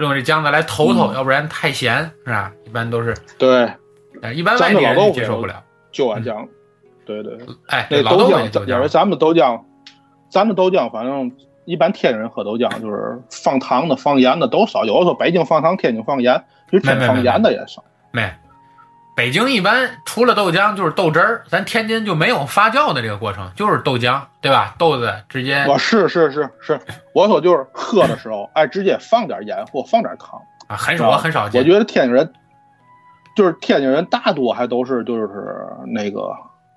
A: 用这浆子来头头，
B: 嗯
A: 要不然太咸，是吧？一般都是，
B: 对，
A: 呃一般外地人
B: 咱们老豆
A: 是
B: 腐
A: 接受不了。
B: 就碗酱，对对。
A: 哎，
B: 那
A: 对老豆腐也
B: 浆，
A: 豆
B: 咱因
A: 浆，
B: 为咱们豆浆，咱们豆浆反正一般天津人喝豆浆就是放糖的、放盐的都少，有的时候北京放糖，天津放盐，其实天津放盐的也少。
A: 没。北京一般除了豆浆就是豆汁儿，咱天津就没有发酵的这个过程，就是豆浆，对吧？豆子直接
B: 我是是是是，我说就是喝的时候，哎，直接放点盐或放点糖。
A: 啊，很少，我很少
B: 我
A: 见。
B: 觉得天津人，就是天津人大多还都是就是那个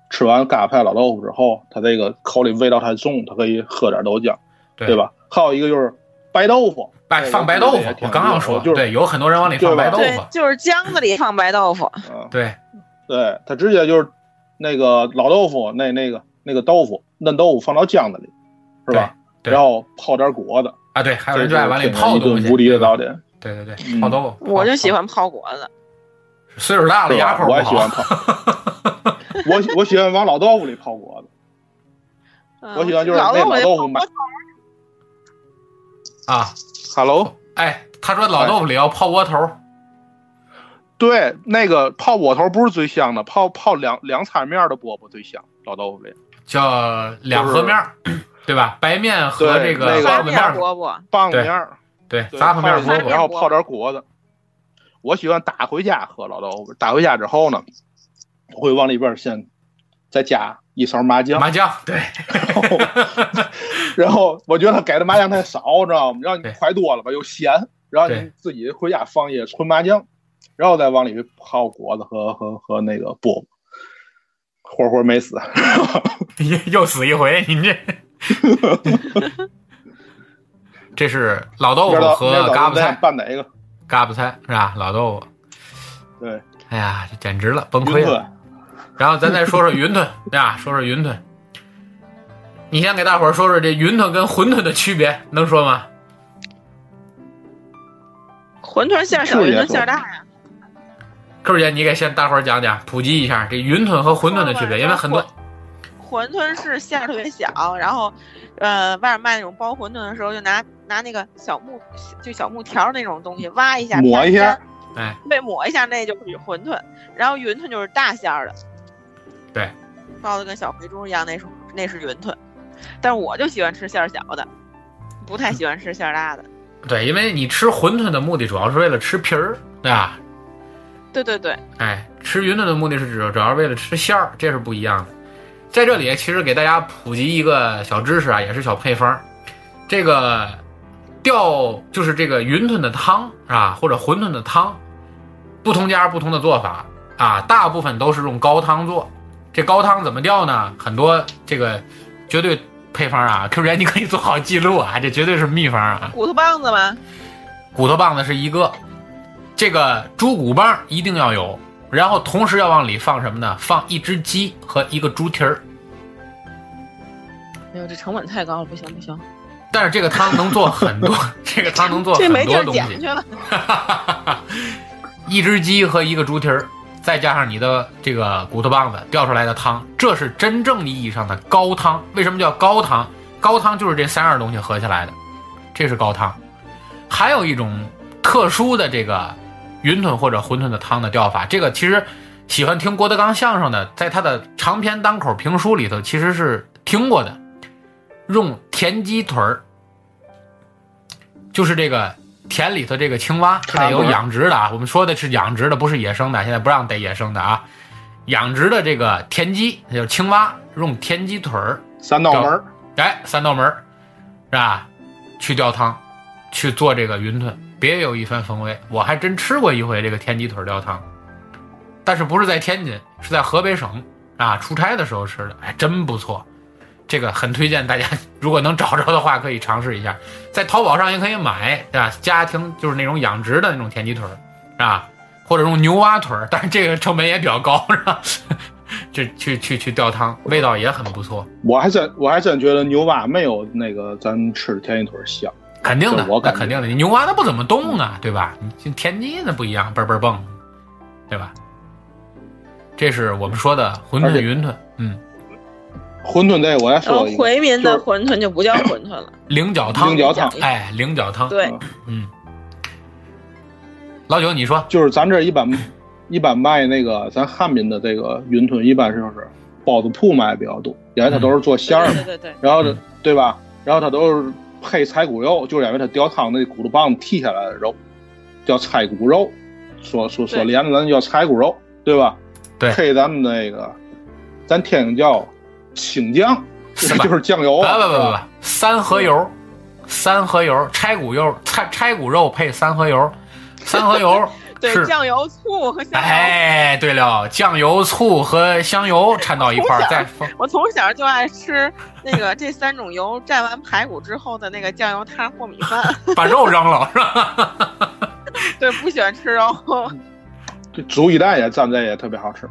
B: 吃完嘎派老豆腐之后，他这个口里味道太重，他可以喝点豆浆，
A: 对
B: 对？吧？还有一个就是白豆腐，
A: 白放白豆腐，我刚要说，
B: 就是
A: 对，有很多人往里放
B: 对吧
A: 白豆
D: 对
A: 腐，，哦
D: 就是浆子里放白豆腐，
B: 嗯。
A: 对，
B: 对他直接就是那个老豆腐，那那个那个豆腐嫩豆腐放到浆子里，是吧？
A: 对对
B: 然后泡点果子，
A: 啊，对，还有
B: 这
A: 人就爱往里
B: 是
A: 泡
B: 一
A: 东
B: 顿
A: 西，
B: 无敌的
A: 对吧
B: 早点。
A: 对对对，
B: 嗯
A: 泡豆腐，
D: 我就喜
A: 欢。
D: 欢泡果子。
A: 岁数大了，
B: 是
A: 牙
B: 吧
A: 口？不
B: 我也喜欢
A: 好，
B: 泡， 我喜我喜欢往老豆腐里泡果子。
D: 嗯
B: 我喜欢就是
D: 老
B: 那老
D: 豆
B: 豆腐
D: 腐泡
B: 买
D: 果子，
A: 啊。
B: Hello，
A: 哎，他说老豆腐里要泡窝头，
B: 对，那个泡窝头不是最香的，泡泡凉凉菜面的饽饽最香，老豆腐里
A: 叫两
B: 就是
A: 合面儿， 对吧？白面和这
B: 对
A: 个
B: 那个
A: 花
D: 发
A: 子面
D: 面
A: 儿，
D: 饽饽，
B: 棒子
A: 对
B: 面儿。
A: 对，
B: 对
A: 杂烩面儿
B: 泡
A: 饽饽
B: 一泡，然后泡点果子。我喜欢打回家喝老豆腐，打回家之后呢，我会往里边先再加一勺麻酱，
A: 麻酱，对，
B: 然后我觉得给的麻酱太少，知道吗？让你
A: 对
B: 快多了吧，又咸，然后你
A: 对
B: 自己回家放一些纯麻酱，然后再往里泡果子和和和那个饽饽，活活没死。
A: 又 又死一回，你这。 这是老豆
B: 不知
A: 腐
B: 道
A: 和嘎巴菜，
B: 拌哪个？
A: 嘎巴菜是吧？老豆腐，
B: 对，
A: 哎呀，这简直了，崩
B: 云
A: 溃了。
B: 吞
A: 然后咱再说说云吞，对吧？说说云吞，你先给大伙儿说说这云吞跟馄饨的区别，能说吗？
D: 馄饨馅儿小，
B: 是
D: 云
B: 也
D: 吞馅儿
B: 多
D: 大呀。
A: 扣姐，你给先大伙儿讲讲，普及一下这云吞和馄饨的区别，因为很多
D: 馄饨是馅儿特别小，然后，呃，外面卖那种包馄饨的时候，就拿拿那个小木就小木条儿那种东西挖一下，
B: 抹一下
D: 下，
A: 哎，
D: 对，抹一下那就是馄饨，然后云吞就是大馅儿的，
A: 对，
D: 包的跟小肥猪一样，那是那是云吞，但是我就喜欢吃馅儿小的，不太喜欢吃馅儿大的。
A: 对，因为你吃馄饨的目的主要是为了吃皮儿，对吧？
D: 对对对，
A: 哎，吃云吞的目的是指主要是为了吃馅儿，这是不一样的。在这里，其实给大家普及一个小知识啊，也是小配方儿。这个吊就是这个云吞的汤啊，或者馄饨的汤，不同家不同的做法啊，大部分都是用高汤做。这高汤怎么调呢？很多这个绝对配方啊，Q 姐你可以做好记录啊，这绝对是秘方啊。
D: 骨头棒子吗？
A: 骨头棒子是一个，这个猪骨棒一定要有，然后同时要往里放什么呢？放一只鸡和一个猪蹄儿。
D: 哎呦，这成本太高了，不行不行，
A: 但是这个汤能做很多， 这个汤能做
D: 这
A: 很
D: 没地
A: 多
D: 儿
A: 东
D: 捡去
A: 西。
D: 了。
A: 一只鸡和一个猪蹄儿，再加上你的这个骨头棒子调出来的汤，这是真正意义上的高汤。为什么叫高汤？高汤就是这三样东西合起来的，这是高汤。还有一种特殊的这个云吞或者馄饨的汤的调法，这个其实喜欢听郭德纲相声的，在他的长篇单口评书里头其实是听过的，用田鸡腿儿，就是这个田里头这个青蛙，现在有养殖的啊，我们说的是养殖的，不是野生的，现在不让逮野生的啊。养殖的这个田鸡，就是青蛙，用田鸡腿儿
B: 三道门儿，
A: 哎，三道门儿是吧？去吊汤，去做这个云吞，别有一番风味。我还真吃过一回这个天鸡腿儿吊汤，但是不是在天津，是在河北省啊出差的时候吃的，还真不错。这个很推荐大家，如果能找着的话，可以尝试一下。在淘宝上也可以买，对吧？家庭就是那种养殖的那种田鸡腿儿，是吧？或者用牛蛙腿儿，但是这个成本也比较高，是吧？ 这去去去吊汤，味道也很不错，
B: 我还真我还真觉得牛蛙没有那个咱吃的天鸡腿儿香。
A: 肯定的，
B: 这我
A: 那
B: 感觉
A: 肯定的。你牛蛙它不怎么动啊，对吧？你这田鸡那不一样，嘣嘣蹦，对吧？这是我们说的馄
B: 而
A: 饨、
B: 且
A: 云吞，嗯，
B: 馄饨这个我再
D: 然后
B: 说一个，
D: 哦回民的
B: 就
D: 馄饨就不叫馄 饨了，
A: 菱角汤，
B: 菱角汤
A: 哎，菱角汤，
D: 对，
A: 嗯。老九，你说
B: 就是咱这一般一般卖那个咱汉民的这个云吞，一般就是包子铺卖比较多，因为它都是做馅儿嘛
D: 对。对对，
B: 然后呢
A: 嗯，
B: 对吧？然后它都是配柴骨肉，就是因为它吊汤那骨头棒子剔下来的肉，叫柴骨肉，所所所
D: 对
B: 连的咱叫柴骨肉，对吧？
A: 对
B: 配咱们那个，咱天津叫新酱，
A: 是吧
B: 就是酱油
A: 不
B: 啊，
A: 不不
B: 是
A: 不
B: 吧，，
A: 三合油，三合油，拆骨油，拆拆骨肉配三合油，三合 油
D: 对
A: 是
D: 酱油、醋和香油。
A: 哎，对了，酱油、醋和香油掺到一块 儿，
D: 从小
A: 再放
D: 我从小就爱吃那个这三种油蘸完排骨之后的那个酱油汤和米饭，
A: 把肉扔了，是吧？
D: 对，不喜欢吃肉。
B: 哦这煮鸡蛋也蘸这也特别好吃，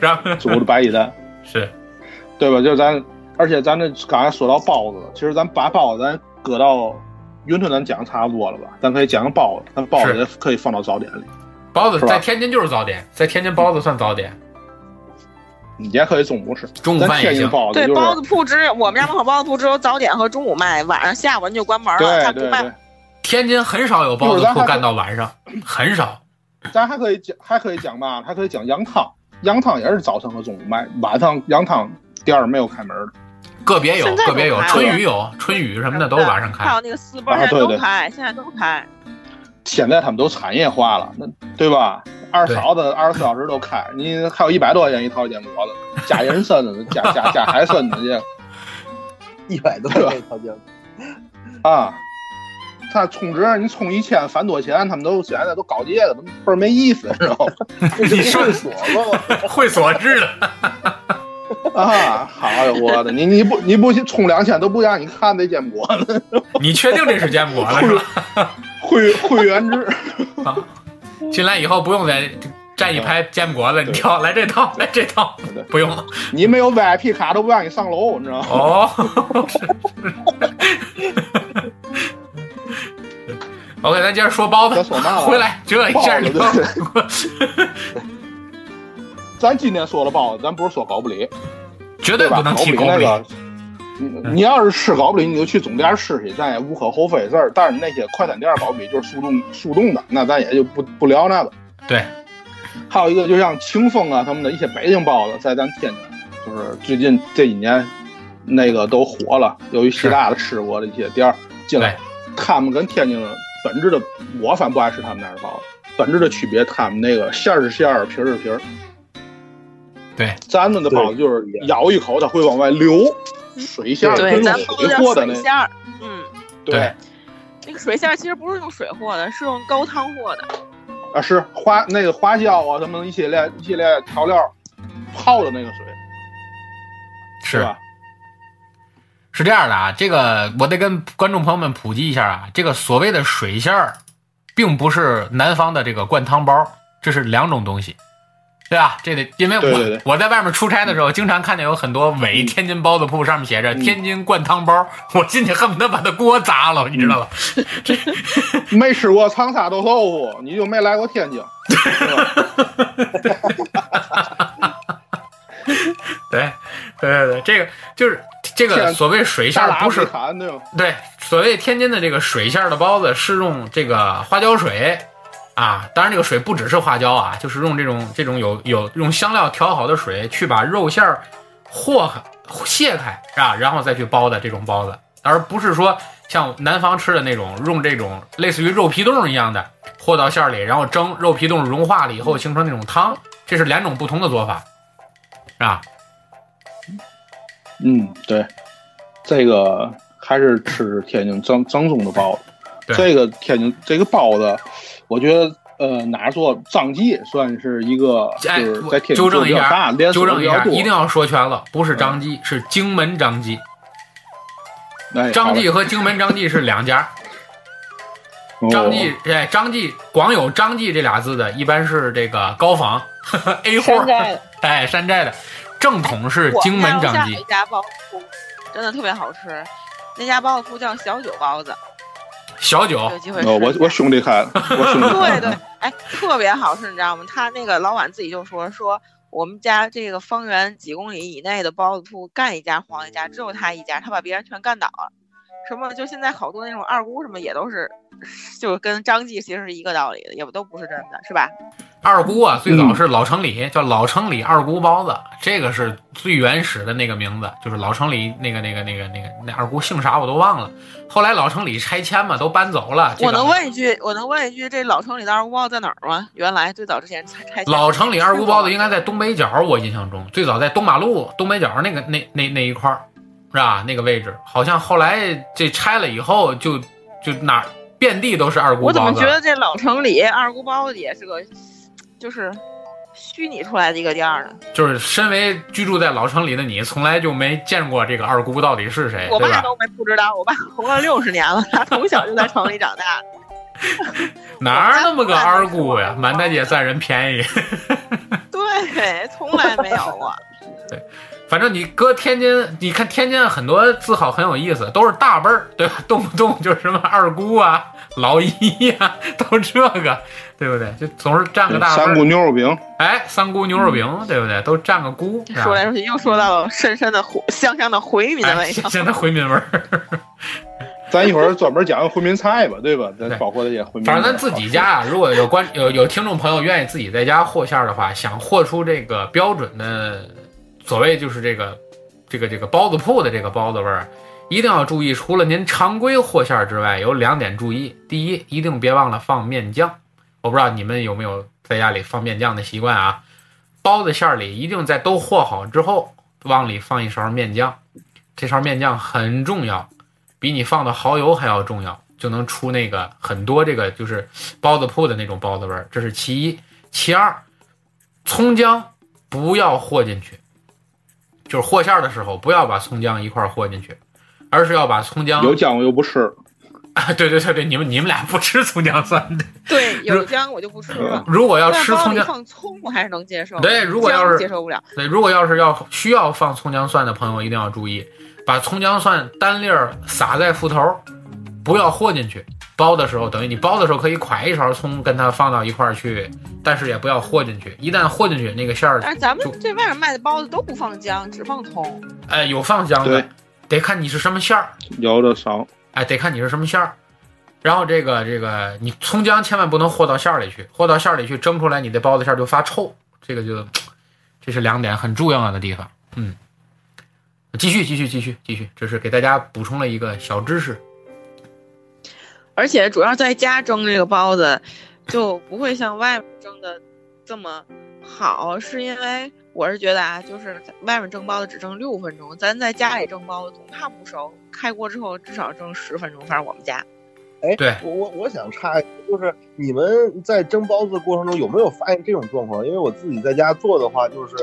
A: 然后
B: 煮的白 鸡蛋，
A: 是
B: 对吧？就咱，而且咱这刚才说到包子了，其实咱把包子咱搁到云吞，咱讲差不多了吧？咱可以讲个包子，咱包子
A: 是
B: 也可以放到早点里，
A: 包子
B: 是吧
A: 在天津就是早点，在天津包子算早点，
B: 也可以中午吃。
A: 中午
B: 咱
A: 饭也
B: 天津
A: 行。
B: 包子
D: 对
B: 就，是
D: 包子铺只我们家门口包子铺只有早点和中午卖，晚上下午人就关门了，他
B: 对对
D: 不啊卖
B: 对，
A: 天津很少有包子铺干到晚上，很少。
B: 咱还可以讲，还可以讲嘛，还可以讲羊汤，羊汤也是早上和中午卖，晚上羊汤店儿没有开门的。
A: 个别有
D: 现，在
A: 个别有，
D: 都开
A: 春
D: 了
A: 雨有，春雨什么的都晚上
D: 还
A: 开。
D: 有那个丝包现在
B: 啊对
D: 都
B: 对
D: 开，现在都开。
B: 现在他们都产业化了，那对吧？二嫂子二十四小时都开，你还有一百多块钱一套煎馍的，加人参的，加加加海参的去
C: 一百多块一条街，
B: 啊！他充值你充一千返多钱，他们都现在都搞这个，倍儿没意思，知道吗？
A: 你说
C: 会所吗？
A: 会所制的，
B: 啊，好呀，我的，你你不你不充两千都不让你看这煎馍呢，
A: 你确定这是坚果了是吧？
B: 会会员制。
A: 进来以后不用再站一排坚果了，你挑来这套，来这套
B: 对，
A: 不用
B: 你没有 VIP 卡都不让你上楼，你 知道吗？
A: 哦。OK，咱接着说包
B: 咱
A: 子
B: 说嘛，了
A: 回来这一下
B: 包子
A: 就
B: 咱今天说了包子，咱不是说狗不理，
A: 绝对
B: 吧？
A: 不能提
B: 狗
A: 狗
B: 不
A: 不
B: 理
A: 理嗯
B: 那。个，你你要是吃狗不理，你就去总店吃去，咱也无可厚非的事儿。但是那些快餐店狗不理就是速冻速冻的，那咱也就不不聊那个。
A: 对，
B: 还有一个就像清风啊他们的一些北京包子，在咱天津，就是最近这几年那个都火了，由于西大的吃过的一些店儿进来，他们跟天津的本质的，我反正不爱吃他们那儿的包子。本质的区别，他们那个馅儿是馅儿，皮儿是皮儿。
A: 对，
B: 咱们的包子就是咬一口，它会往外流，水馅儿
C: 对
B: 跟
D: 嗯咱
B: 用
D: 们包子
B: 水
D: 叫
B: 和的
D: 水
B: 那
D: 馅儿，嗯，
A: 对
B: 对
D: 那个水馅儿其实不是用水和的，是用高汤和的。
B: 啊，是花那个花椒啊，什么一系列一系列调料泡的那个水，
A: 是
B: 吧？
A: 是这样的啊，这个我得跟观众朋友们普及一下啊，这个所谓的水馅儿，并不是南方的这个灌汤包，这是两种东西，对吧？这得因为我
B: 对对对嗯
A: 我在外面出差的时候，经常看见有很多伪天津包子铺上面写着“天津灌汤包”，我进去恨不得把它锅砸了，你知道
B: 嗯
A: 吧？
B: 没吃过长沙豆豆腐，你就没来过 天津，是吧？
A: 对，对对对，这个就是这个
B: 天
A: 所谓水馅
B: 大
A: 儿
B: 拉
A: 不是
B: 米坛对吧？
A: 对，所谓天津的这个水馅儿的包子是用这个花椒水啊，当然这个水不只是花椒啊，就是用这种这种有有用香料调好的水去把肉馅儿和卸开啊，然后再去包的这种包子，而不是说像南方吃的那种用这种类似于肉皮冻一样的和到馅儿里，然后蒸，肉皮冻融化了以后形成那种汤，这是两种不同的做法，啊，
B: 嗯，对，这个还是吃天津正正宗的包子。
A: 对
B: 这个天津这个包子，我觉得呃哪儿做张记算是一个，
A: 哎
B: 就是，
A: 我
B: 在天津
A: 纠
B: 做
A: 正
B: 得
A: 一
B: 比较
A: 下
B: 大，，连
A: 纠
B: 锁的
A: 正
B: 比
A: 一
B: 较
A: 下，
B: 多。
A: 一定要说全了，不是张记，是荆门张记。
B: 哎
A: 张
B: 好
A: 记
B: 嘞
A: 和荆门张记是两家。
B: 哦
A: 张记，哎，张记，光有张记这俩字的，一般是这个高仿 A 货，
D: 山寨的。
A: 哎，山寨的。正统是
D: 我
A: 荆
D: 们
A: 门
D: 家楼下
A: 张
D: 有一
A: 记，
D: 家包子铺，真的特别好吃。那家包子铺叫小九包子，
A: 小九
D: 有机会吃
B: 哦，
D: 一下。
B: 我我兄 弟开的，我兄弟开
D: 对
B: 的
D: 对，哎，特别好吃，你知道吗？他那个老板自己就说说，我们家这个方圆几公里以内的包子铺干一家黄一家，只有他一家，他把别人全干倒了。什么就现在好多那种二姑什么也都是，就是跟张记其实是一个道理的，也不都不是真的，是吧？
A: 二姑啊，最早是老城里，叫老城里二姑包子，这个是最原始的那个名字，就是老城里那个那个那个那个那二姑姓啥我都忘了。后来老城里拆迁嘛，都搬走了。啊这个
D: 我能问一句，我能问一句，这老城里的二姑包子在哪儿吗？原来最早之前拆拆迁
A: 老城里二姑包子应该在东北角，我印象中最早在东马路东北角那个那那那一块儿，是吧？那个位置好像后来这拆了以后就就哪儿遍地都是二姑包
D: 我
A: 子。
D: 怎么觉得这老城里二姑包子也是个，就是虚拟出来的一个店儿呢？
A: 就是身为居住在老城里的你，从来就没见过这个二姑到底是谁，
D: 我
A: 哎对
D: 爸
A: 吧？
D: 都没不知道，我爸活了六十年了，他从小就在城里长大。
A: 哪儿那么个二姑呀？满大街占人便宜。
D: 对，从来没有过。
A: 反正你搁天津，你看天津很多字号很有意思，都是大辈儿，对吧？动不动就是什么二姑啊、 老姨呀、 都这个，对不对？就总是占个大辈
B: 三
A: 儿
B: 姑。牛肉 饼，
A: 哎，三姑牛肉饼，对不对？都占个姑，是吧
D: 说来说去又说到了深深的回香香的回民的
A: 哎，
D: 味道。
A: 现在回民味儿。
B: 咱一会儿专门讲回民菜吧，对吧？咱
A: 对
B: 包括这些回民菜。
A: 反正咱自己家啊，如果有观有有听众朋友愿意自己在家和馅儿的话，想和出这个标准的所谓就是这个这个这个包子铺的这个包子味儿，一定要注意，除了您常规和馅儿之外，有两点注意：第一，一定别忘了放面酱。我不知道你们有没有在家里放面酱的习惯啊？包子馅儿里一定在都和好之后，往里放一勺面酱，这勺面酱很重要。比你放的蚝油还要重要，就能出那个很多这个就是包子铺的那种包子味儿，这是其一。其二，葱姜不要和进去，就是和馅儿的时候不要把葱姜一块儿和进去，而是要把葱姜。
B: 有酱我又不吃，
A: 啊， 对对对对，你们你们俩不吃葱姜蒜的，
D: 对，有姜我就不吃了。
A: 如果要
D: 但
A: 吃
D: 包
A: 葱
D: 里
A: 姜，
D: 放葱我还是能接受。
A: 对如果要是
D: 姜接受不了，
A: 对，如果要是要需要放葱姜蒜的朋友，一定要注意，把葱姜蒜单粒儿撒在斧头儿，不要和进去。包的时候，等于你包的时候可以㧟一勺葱，跟它放到一块儿去，但是也不要和进去。一旦和进去，那个馅儿，
D: 但是咱
A: 就
D: 们这外面卖的包子都不放姜，只放葱。
A: 哎，有放姜的
B: 对，
A: 得看你是什么馅儿，
B: 有的少。
A: 哎，得看你是什么馅儿。然后这个这个，你葱姜千万不能和到馅儿里去，和到馅儿里去蒸出来，你的包子馅儿就发臭。这个就，这是两点很重要的地方。嗯，继续继续继续继续，这是给大家补充了一个小知识。
D: 而且主要在家蒸这个包子，就不会像外面蒸的这么好，是因为我是觉得啊，就是在外面蒸包子只蒸六分钟，咱在家里蒸包子总怕不熟，开锅之后至少蒸十分钟，反正我们家。
C: 哎，
A: 对
C: 我我我想插一句，就是你们在蒸包子的过程中有没有发现这种状况？因为我自己在家做的话，就是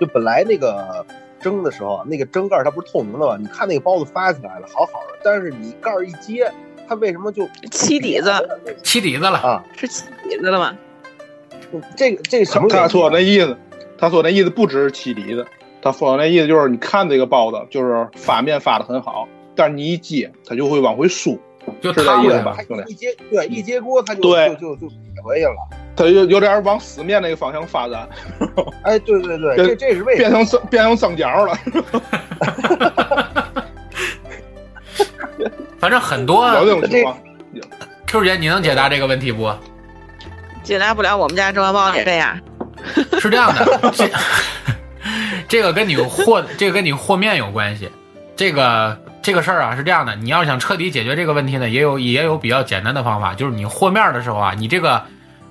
C: 就本来那个蒸的时候，啊那个蒸盖它不是透明的嘛，你看那个包子发起来了，好好的，但是你盖儿一揭，它为什么就
D: 起底子
A: 起底子了。
C: 啊？嗯
D: 是起底子了吗？
C: 这个这个什么原因
B: 他说那意思，他说那意思不只是起底子，他说那意思就是你看这个包子就是发面发的很好，但是你一揭它就会往回缩，
A: 就是
B: 这
A: 烫
B: 意
A: 的
B: 思
A: 呀
B: 吧
C: 啊它
B: 兄弟嗯
C: 一揭对一揭锅，它就
B: 对
C: 就就就回去了。
B: 它就有点往死面那个方向发展，
C: 哎，对对对，
B: 对
C: 这这是为什
B: 变
C: 么？
B: 成蒸变成蒸饺了。
A: 反正很
D: 啊
A: 多
B: 有这种情况，
A: Q 姐，你能解答这个问题不？
D: 解答不了，我们家蒸完包子也这样。
A: 是这样的，这这个跟你和这个跟你和面有关系。这个这个事儿啊是这样的，你要想彻底解决这个问题呢，也有也有比较简单的方法，就是你和面的时候啊，你这个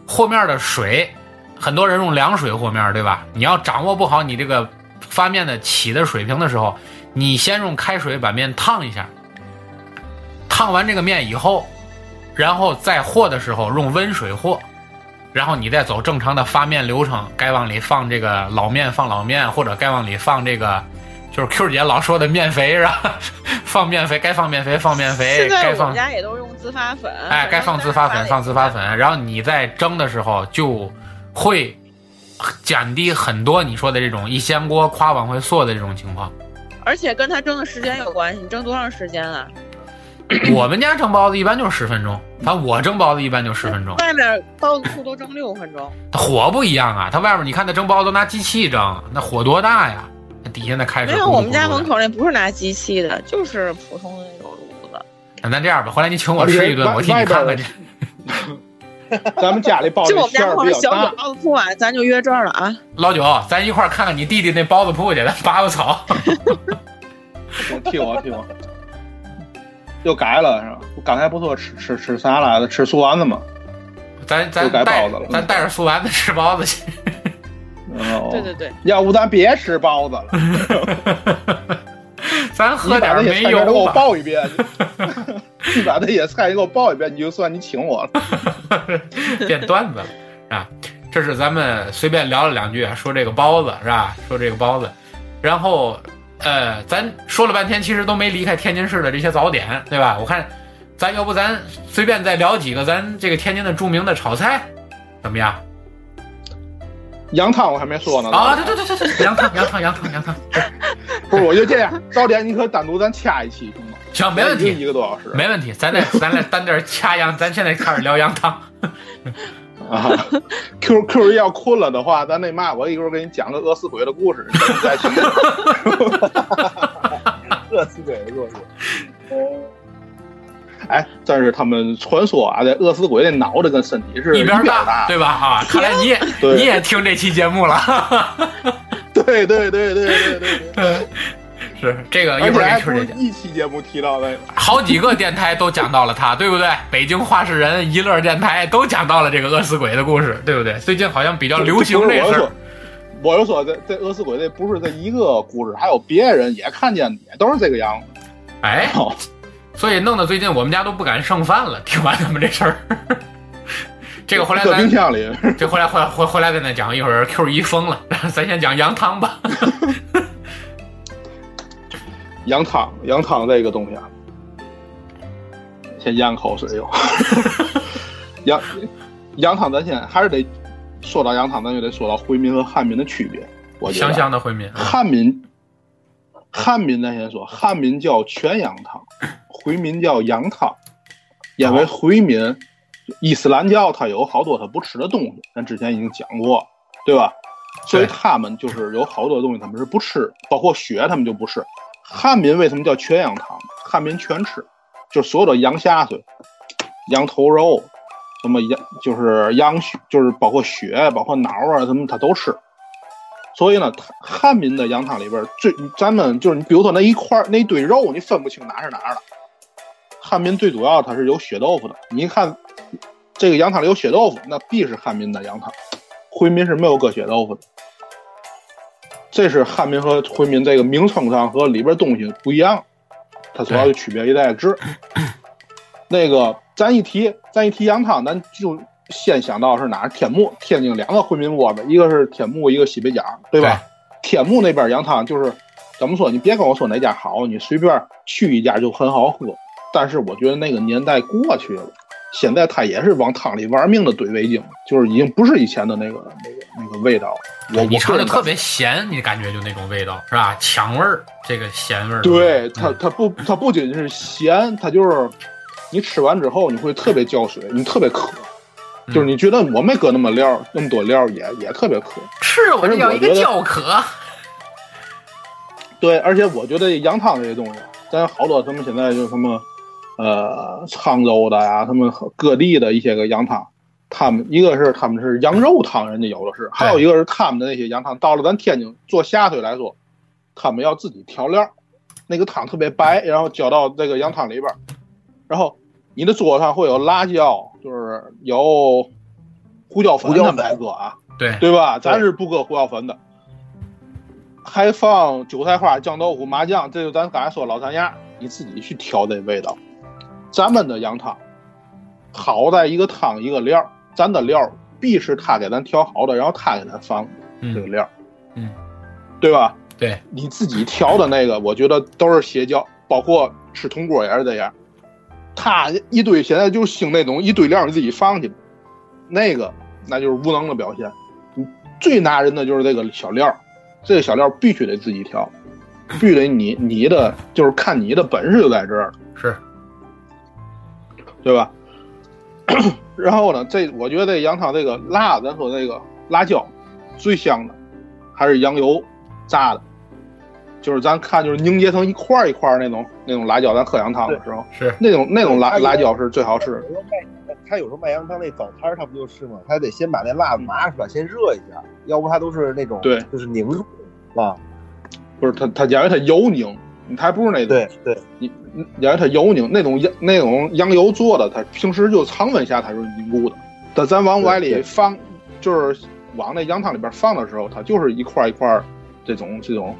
A: 和面的水，很多人用凉水和面，对吧？你要掌握不好你这个发面的起的水平的时候，你先用开水把面烫一下，烫完这个面以后，然后再和的时候用温水和。然后你再走正常的发面流程，该往里放这个老面放老面，或者该往里放这个，就是 Q 姐老说的面肥是吧？ 放面肥，该放面肥放面肥，
D: 现在
A: 该
D: 我
A: 放
D: 们家也都用自发粉，
A: 哎，该放自发粉放自发
D: 粉。
A: 粉，然后你在蒸的时候就会减低很多你说的这种一掀锅夸往回缩的这种情况。
D: 而且跟它蒸的时间有关系，你蒸多长时间啊？
A: 我们家蒸包子一般就十分钟，反正我蒸包子一般就十分钟。
D: 外面包子铺都蒸六分钟，
A: 它火不一样啊，它外面你看它蒸包子都拿机器蒸，那火多大呀？那底下那开水
D: 没有，
A: 咕噜咕噜
D: 我们家
A: 的
D: 门口那不是拿机器的，就是普通的那种炉子。
A: 那咱这样吧，回来你请我
B: 而且
A: 吃一顿，
B: 外
A: 我替你看看去。
B: 咱们家里包
D: 就我
B: 的
D: 们
B: 哦馅
D: 家门
B: 儿比较大
D: 口那小九，包子铺啊，咱就约这儿了啊。
A: 老九，咱一块儿看看你弟弟那包子铺去，咱拔拔草。
B: 替我替我，又改了是吧？我刚才不说吃吃吃啥来着？吃素丸子嘛。
A: 咱咱
B: 又改
A: 带
B: 包子了
A: 咱带着素丸子吃包子去。
B: 哦，
D: 对对对，
B: 要不咱别吃包子了，
A: 咱
B: 你
A: 喝
B: 把
A: 点
B: 这
A: 儿
B: 些
A: 没
B: 菜名都
A: 油
B: 给我
A: 吧。
B: 报一 遍，你把这些菜给我报一遍，你就算你请我了。
A: 变段子了啊！这是咱们随便聊了两句，啊说这个包子是吧？说这个包子，然后呃，咱说了半天，其实都没离开天津市的这些早点，对吧？我看，咱要不咱随便再聊几个咱这个天津的著名的炒菜，怎么样？
B: 羊汤我还没说呢
A: 啊，对对对对对，羊汤羊汤羊汤羊汤，
B: 不是，我就 这样，早点你可单独咱掐一期行吗？
A: 行，没问
B: 已经
A: 题，
B: 一个多小时
A: 没问题，咱再咱再单点掐羊，咱现在开始聊羊汤。
B: 啊。Q Q 要困了的话，咱那嘛，我一会儿给你讲个饿死鬼的故事，你 再听。
C: 这次给的弱势。
B: 哎，但是他们传说啊，这饿死鬼那脑袋跟身体 是
A: 一边
B: 边
A: 大，对吧？啊，看来你也
B: 对
A: 你也听这期节目了，
B: 对对对对对对对，
A: 是这个一
B: 而且
A: 会儿
B: 还
A: 给
B: 不
A: 春
B: 是
A: 姐讲，
B: 一期节目提到那个。
A: 好几个电台都讲到了他，对不对？北京话事人、一乐电台都讲到了这个饿死鬼的故事，对不对？最近好像比较流行
B: 不
A: 这
B: 是我就
A: 事
B: 说
A: 儿，，
B: 我就说这这饿死鬼这不是这一个故事，还有别人也看见你，都是这个样子。
A: 哎，
B: 哦
A: 所以弄得最近我们家都不敢剩饭了。听完他们这事儿，这个回来
B: 搁
A: 咱
B: 冰箱里，
A: 这回来回回回来再再讲，一会儿 Q 一疯了，咱先讲羊汤吧。
B: 羊汤，羊汤这个东西啊，先咽口 水哟。羊羊汤，咱先还是得说到羊汤，咱就得说到回民和汉民的区别。我觉
A: 香
B: 得
A: 香的回民，
B: 汉民，汉民咱先说，汉民叫全羊汤，回民叫羊汤，因为回民伊斯兰教它有好多它不吃的东西，咱之前已经讲过，对吧？所以
A: 对
B: 他们就是有好多东西他们是不吃，包括血他们就不吃。汉民为什么叫全羊汤？汉民全吃，就所有的羊下水、羊头肉，什么羊就是羊血，就是包括血、包括脑啊什么，他都吃。所以呢，他汉民的羊汤里边儿最，咱们就是你比如说那一块儿那一堆肉，你分不清哪是哪儿了。汉民最主要它是有血豆腐的，你一看这个羊汤里有血豆腐，那必是汉民的羊汤。回民是没有搁血豆腐的，这是汉民和回民这个名称上和里边东西不一样，它主要的区别也在这儿。那个咱一提咱一提羊汤，咱就先想到是哪儿？天目，天津两个回民窝子，一个是天目，一个西北角，对吧？天目那边羊汤就是怎么说？你别跟我说哪家好，你随便去一家就很好喝。但是我觉得那个年代过去了，现在他也是往汤里玩命的怼味精，就是已经不是以前的那个那个那个味道。我
A: 你
B: 我
A: 尝
B: 个
A: 着
B: 人
A: 特别咸，你感觉就那种味道是吧？抢味儿，这个咸味儿。
B: 对
A: 嗯
B: 它，它不，它不仅是咸，它就是你吃完之后你会特别胶水，你特别渴，
A: 嗯
B: 就是你觉得我没搁那么料，那么多料也也特别渴。
A: 吃我这叫一个叫渴。
B: 对，而且我觉得羊汤这些东西，咱好多他们现在就什么，呃，沧州的呀、他们各地的一些个羊汤，他们一个是他们是羊肉汤，人家有的是，还有一个是他们的那些羊汤，到了咱天津做下水来说，他们要自己调料，那个汤特别白，然后浇到这个羊汤里边儿，然后你的桌子上会有辣椒，就是有胡椒粉，
C: 胡椒
B: 咱们
C: 粉
B: 不搁啊，
A: 对，
B: 对吧？咱是不搁胡椒粉的，还放韭菜花、酱豆腐、麻酱，这就咱刚才说老三样，你自己去调这味道。咱们的羊汤好在一个汤一个料儿，咱的料儿必是他给咱调好的，然后他给咱放这个
A: 嗯，
B: 料儿，
A: 嗯，
B: 对吧？
A: 对，
B: 你自己调的那个，我觉得都是邪教，包括吃铜锅也是这样。他一堆现在就兴那种一堆料你自己放去吧，那个那就是无能的表现。你最拿人的就是这个小料，这个小料必须得自己调，必须得你你的就是看你的本事就在这儿了，
A: 是
B: 对吧？ 然后呢，这我觉得这羊汤这个辣，咱说那个辣椒最香的还是羊油炸的，就是咱看就是凝结成一块儿一块儿那种那种辣椒，咱喝羊汤的时候，
A: 是，
B: 那种那种辣
C: 对它
B: 辣
C: 有
B: 椒是最好吃的。
C: 有时候卖呃他有时候卖羊汤那早摊儿，他不就是吗？他得先把那辣子拿出来，先热一下，要不他都是那种
B: 嗯对
C: 就是凝住啊。
B: 不是它它，因为它油凝，它还不是那种
C: 对对，
B: 你你因为它油凝那种羊那种羊油做的，它平时就常温下它是凝固的，但咱往碗
C: 对
B: 里
C: 对
B: 放，就是往那羊汤里边放的时候，它就是一块一块儿这种这种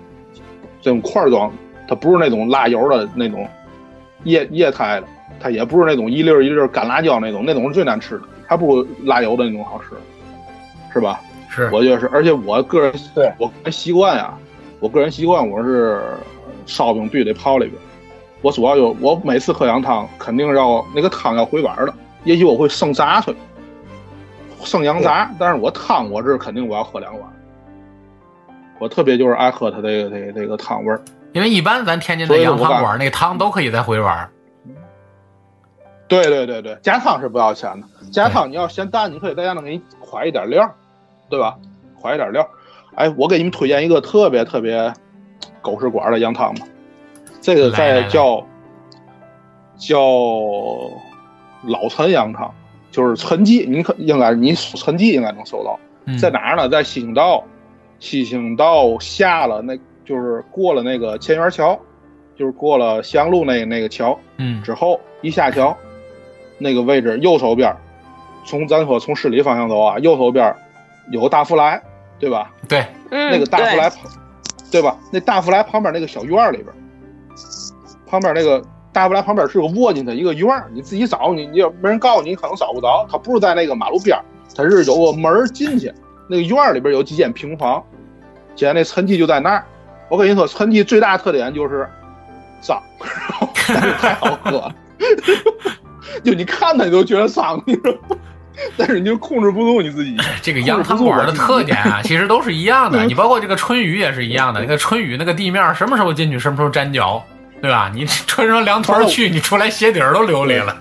B: 这种块状，它不是那种辣油的那种液液态的，它也不是那种一粒儿一粒儿干辣椒那种，那种是最难吃的，还不如辣油的那种好吃，是吧？
A: 是
B: 我就是，而且我个人
C: 对
B: 我个人习惯呀、我个人习惯我是烧饼必须得泡里边。我主要有我每次喝羊汤，肯定要那个汤要回碗的，也许我会剩杂碎，剩羊杂，但是我汤我这肯定我要喝两碗。我特别就是爱喝它这个这个这个汤味儿，
A: 因为一般咱天津
B: 所
A: 的
B: 以
A: 羊
B: 我
A: 汤
B: 感
A: 馆儿那个汤都可以再回碗儿。
B: 对对对对，加汤是不要钱的。加汤你要嫌淡，你可以在家能给你㧟一点料儿，对吧？㧟一点料儿。哎，我给你们推荐一个特别特别狗食馆的羊汤吧，这
A: 来
B: 个
A: 来
B: 在
A: 来
B: 叫叫老陈羊汤，就是陈记，你可应该你陈记应该能搜到。
A: 嗯
B: 在哪儿呢？在西兴道，西兴道下了那，就是过了那个千园桥，就是过了襄阳路那那个桥
A: 嗯
B: 之后，一下桥，那个位置右手边儿，从咱说从市里方向走啊，右手边儿有个大福来，对吧？
A: 对，
D: 嗯，
B: 那个大福
D: 对
B: 来，旁，对吧？那大福来旁边那个小院儿里边儿，旁边那个大福来旁边是个窝进的一个院儿，你自己找你，你也没人告诉你，你可能找不着。它不是在那个马路边儿，它是有个门儿进去，那个院儿里边有几间平房，现在那陈记就在那儿。我跟你说，陈记最大特点就是脏， 然后但是太好喝了， 就你看它你都觉得脏，你说， 但是你就控制不住你自己。
A: 这个羊汤馆儿的特点啊，其实都是一样的。
B: 嗯
A: 你包括这个春雨也是一样的，那个春雨那个地面儿什么时候进去，什么时候粘脚，对吧？你 穿上凉拖儿去，你出来鞋底儿都流里了。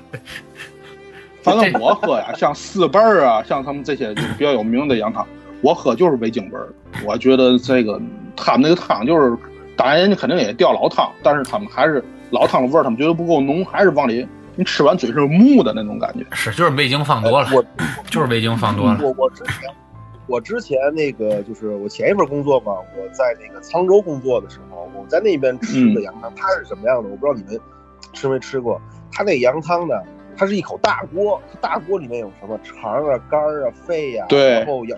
B: 反正我喝呀，像四辈儿啊，像他们这些比较有名的羊汤，我喝就是味精味儿。我觉得这个他们那个汤就是，当然人家肯定也调老汤，但是他们还是老汤的味儿，他们觉得不够浓，还是往里你吃完嘴是木的那种感觉。
A: 是，就是味精放多了，
C: 我
A: 就是味精放
B: 嗯
A: 多了。
C: 我我之前我之前那个就是我前一份工作嘛，我在那个沧州工作的时候，我在那边
B: 嗯
C: 吃的羊汤，它是什么样的？我不知道你们吃没吃过。它那羊汤呢，它是一口大锅，它大锅里面有什么肠啊、肝儿啊、肺呀、
B: 对
C: 然后羊，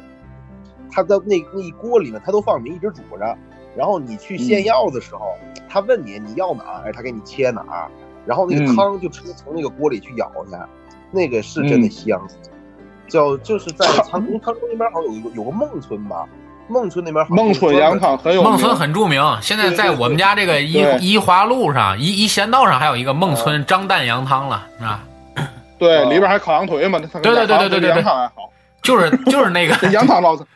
C: 它的那那一锅里面，它都放你一直煮着。然后你去
B: 嗯
C: 献药的时候，他问你你要哪儿，哎，他给你切哪儿，然后那个
B: 嗯
C: 汤就直接从那个锅里去舀去，那个是真的香。
B: 嗯
C: 叫就是在长隆长隆那边好像有一个有个孟村吧，孟村那边好像
B: 孟村羊
C: 汤。
B: 汤很有名
A: 孟村很著名，现在在我们家这个一
B: 对对嗯对
A: 一华路上一一贤道上还有一个孟村张蛋羊汤了，是吧？
B: 对，
C: 啊
B: 里边还烤羊腿嘛，它
A: 对对对对对对对
B: 羊汤还好，
A: 就是就是那
B: 这
A: 个
B: 羊汤老子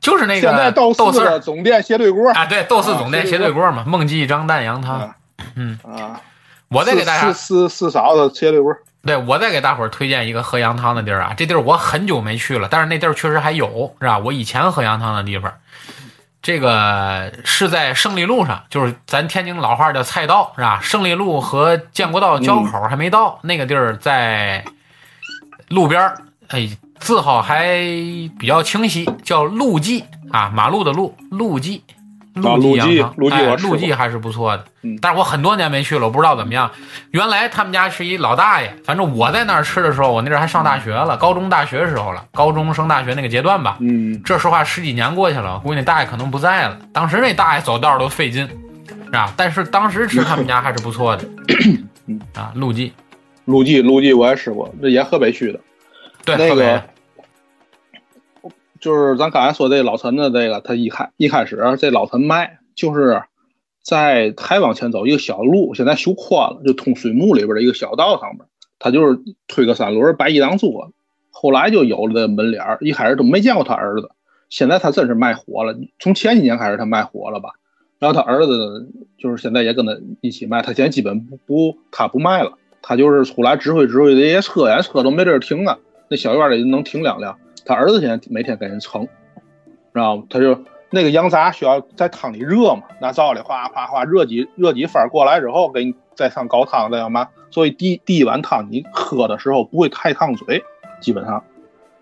A: 就是那
B: 现在
A: 个
B: 到
A: 豆
B: 四
A: 丝
B: 的
A: 儿
B: 总店斜对锅
A: 啊，对豆丝总店
B: 啊
A: 斜对锅嘛，孟记张蛋羊汤
B: 啊。
A: 嗯，
B: 啊，
A: 我再给大
B: 四
A: 家
B: 四四四勺子斜对锅，
A: 对我再给大伙儿推荐一个喝羊汤的地儿啊，这地儿我很久没去了，但是那地儿确实还有，是吧？我以前喝羊汤的地方，这个是在胜利路上，就是咱天津老话叫菜道，是吧？胜利路和建国道
B: 嗯
A: 交口还没到，那个地儿在路边儿，哎，字号还比较清晰，叫路记啊，马路的路，路记。
B: 啊
A: 记
B: 路
A: 羊
B: 记
A: 汤，
B: 路记
A: 哎
B: 我吃
A: 路记
B: 过
A: 还是不错的
B: 嗯，
A: 但是我很多年没去了，我不知道怎么样。原来他们家是一老大爷，反正我在那儿吃的时候，我那阵儿还上大学了，高中、大学时候了，高中升大学那个阶段吧。
B: 嗯，
A: 这实话，十几年过去了，我估计那大爷可能不在了。当时那大爷走道儿都费劲，是吧？但是当时吃他们家还是不错的，
B: 嗯
A: 啊，陆记，
B: 鲁记鲁记我也吃过，这也河北区的，
A: 对，
B: 那
A: 河北
B: 个
A: 人，
B: 就是咱刚才说这老陈的这个，他一开一开始这老陈卖就是在还往前走一个小路，现在修宽了，就通水幕里边的一个小道上面，他就是推个三轮摆一档桌子，后来就有了这门脸儿，一开始都没见过他儿子，现在他真是卖火了，从前几年开始他卖火了吧，然后他儿子就是现在也跟他一起卖，他现在基本不不他不卖了，他就是出来指挥指挥这些车，人家车都没地儿停啊，那小院里能停两辆。他儿子现在每天给人盛，知道吗？他就那个羊杂需要在汤里热嘛，拿灶里哗哗哗热几热几番儿过来之后，给你再上高汤再干嘛？所以第第一碗汤你喝的时候不会太烫嘴，基本上，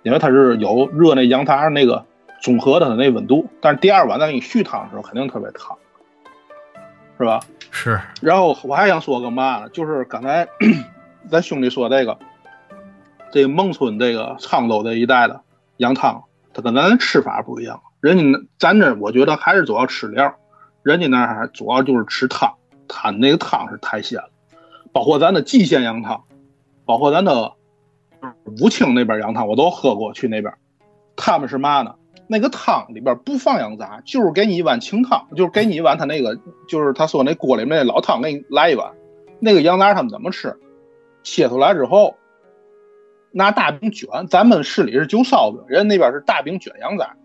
B: 因为它是有热那羊杂那个综合的那温度。但是第二碗再给你续汤的时候，肯定特别烫，是吧？
A: 是
B: 然后我还想说个嘛呢，就是刚才 咱兄弟说这个，这孟村这个沧州这一带的羊汤，它跟咱吃法不一样。人家那咱这我觉得还是主要吃料，人家那儿还主要就是吃汤，他那个汤是太鲜了，包括咱的蓟县羊汤，包括咱的武清那边羊汤，我都喝过去那边，他们是嘛呢？那个汤里边不放羊杂，就是给你一碗清汤，就是给你一碗他那个，就是他说那锅里面那老汤给你来一碗。那个羊杂他们怎么吃？切出来之后，拿大饼卷。咱们市里是酒烧饼，人家那边是大饼卷羊杂，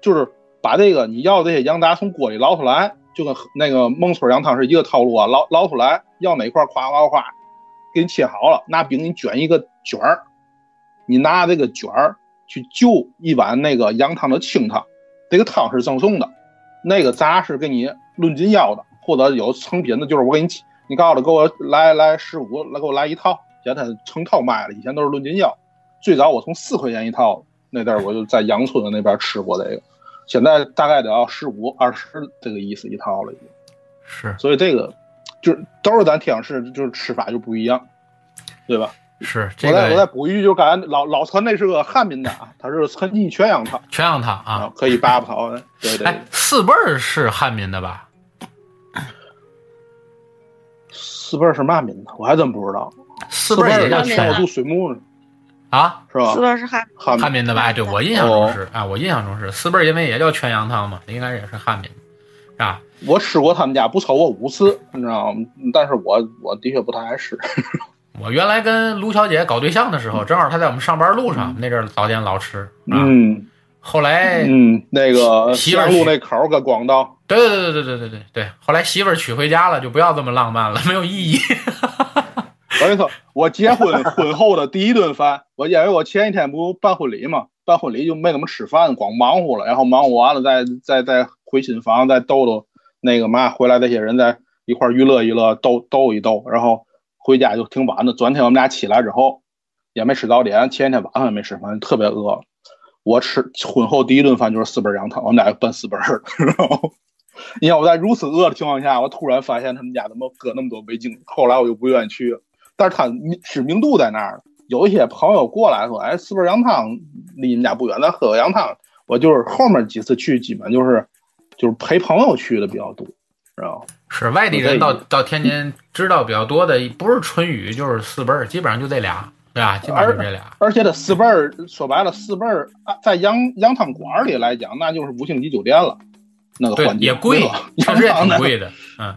B: 就是把这个你要的这些羊杂从锅里捞出来，就跟那个孟村羊汤是一个套路啊，捞捞出来要哪块夸夸夸，给你切好了，拿饼给你卷一个卷儿，你拿这个卷儿去就一碗那个羊汤的清汤，这个汤是赠送的，那个杂是给你论斤要的，或者有成品的，就是我给你起，你告诉他给我来来十五，来给我来一套，现在成套卖了，以前都是论斤要，最早我从四块钱一套那阵儿我就在杨村的那边吃过这个，现在大概得要十五二十这个意思一套了已经，
A: 是
B: 所以这个就是都是咱天津市就是吃法就不一样，对吧？
A: 是，
B: 我
A: 这
B: 再我再
A: 个
B: 补一句，就感觉老老陈那是个汉民的啊，他是陈记全羊汤
A: 全羊汤啊，，
B: 可以扒不着的。对对，
A: 哎，四辈儿是汉民的吧？
B: 四辈儿是嘛民的？我还真不知道。
A: 四辈
B: 辈
A: 儿
B: 儿
A: 也
B: 也
A: 叫
B: 叫
A: 全
D: 全羊
B: 天
A: 羊
B: 住水木呢，
A: 啊？
B: 是吧
D: 四？味是汉
B: 汉
A: 汉
B: 民
A: 民的吧？哎，对我印象中是啊，我印象中是四辈儿，因为也叫全羊汤嘛，应该也是汉民，是吧？
B: 我吃过他们家不超过五次，你知道吗？但是我我的确不太爱吃。
A: 啊我原来跟卢小姐搞对象的时候，正好她在我们上班路上，那阵儿早点老吃啊。
B: 嗯
A: 后来，对
B: 嗯，那个
A: 媳媳
B: 西
A: 妇儿
B: 洋路那口儿跟广道，
A: 对对对对对对对，后来媳妇儿娶回家了，就不要这么浪漫 了，没有意义。
B: 我跟你说，我结婚婚后的第一顿饭，我因为我前一天不办婚礼嘛，办婚礼就没怎么吃饭，光忙活了，然后忙活完了再再再回新房，再逗逗那个嘛，回来那些人再一块儿娱乐娱乐，逗逗一逗，然后回家就挺晚的。昨天我们俩起来之后也没吃早点，前一天晚上也没吃饭，特别饿。我吃婚后第一顿饭就是四本羊汤，我们俩就奔四本儿了， 然后。你看我在如此饿的情况下，我突然发现他们家怎么搁那么多味精，后来我就不愿意去了。但是它名知名度在那儿呢。有一些朋友过来说：“哎，四味羊汤离你们家不远，咱喝个羊汤。”我就是后面几次去，基本就是就是陪朋友去的比较多，知道吗？
A: 是外地人到到天津知道比较多的，不是春雨就是四辈儿，基本上就这俩，对吧？基本上就这俩。
B: 而且它四辈儿，说白了，四辈儿啊在羊羊汤馆儿里来讲，那就是五星级酒店了，那个
A: 对
B: 环，境
A: 也贵
B: 对吧，
A: 确实也
B: 羊汤
A: 挺
B: 那
A: 贵的。嗯，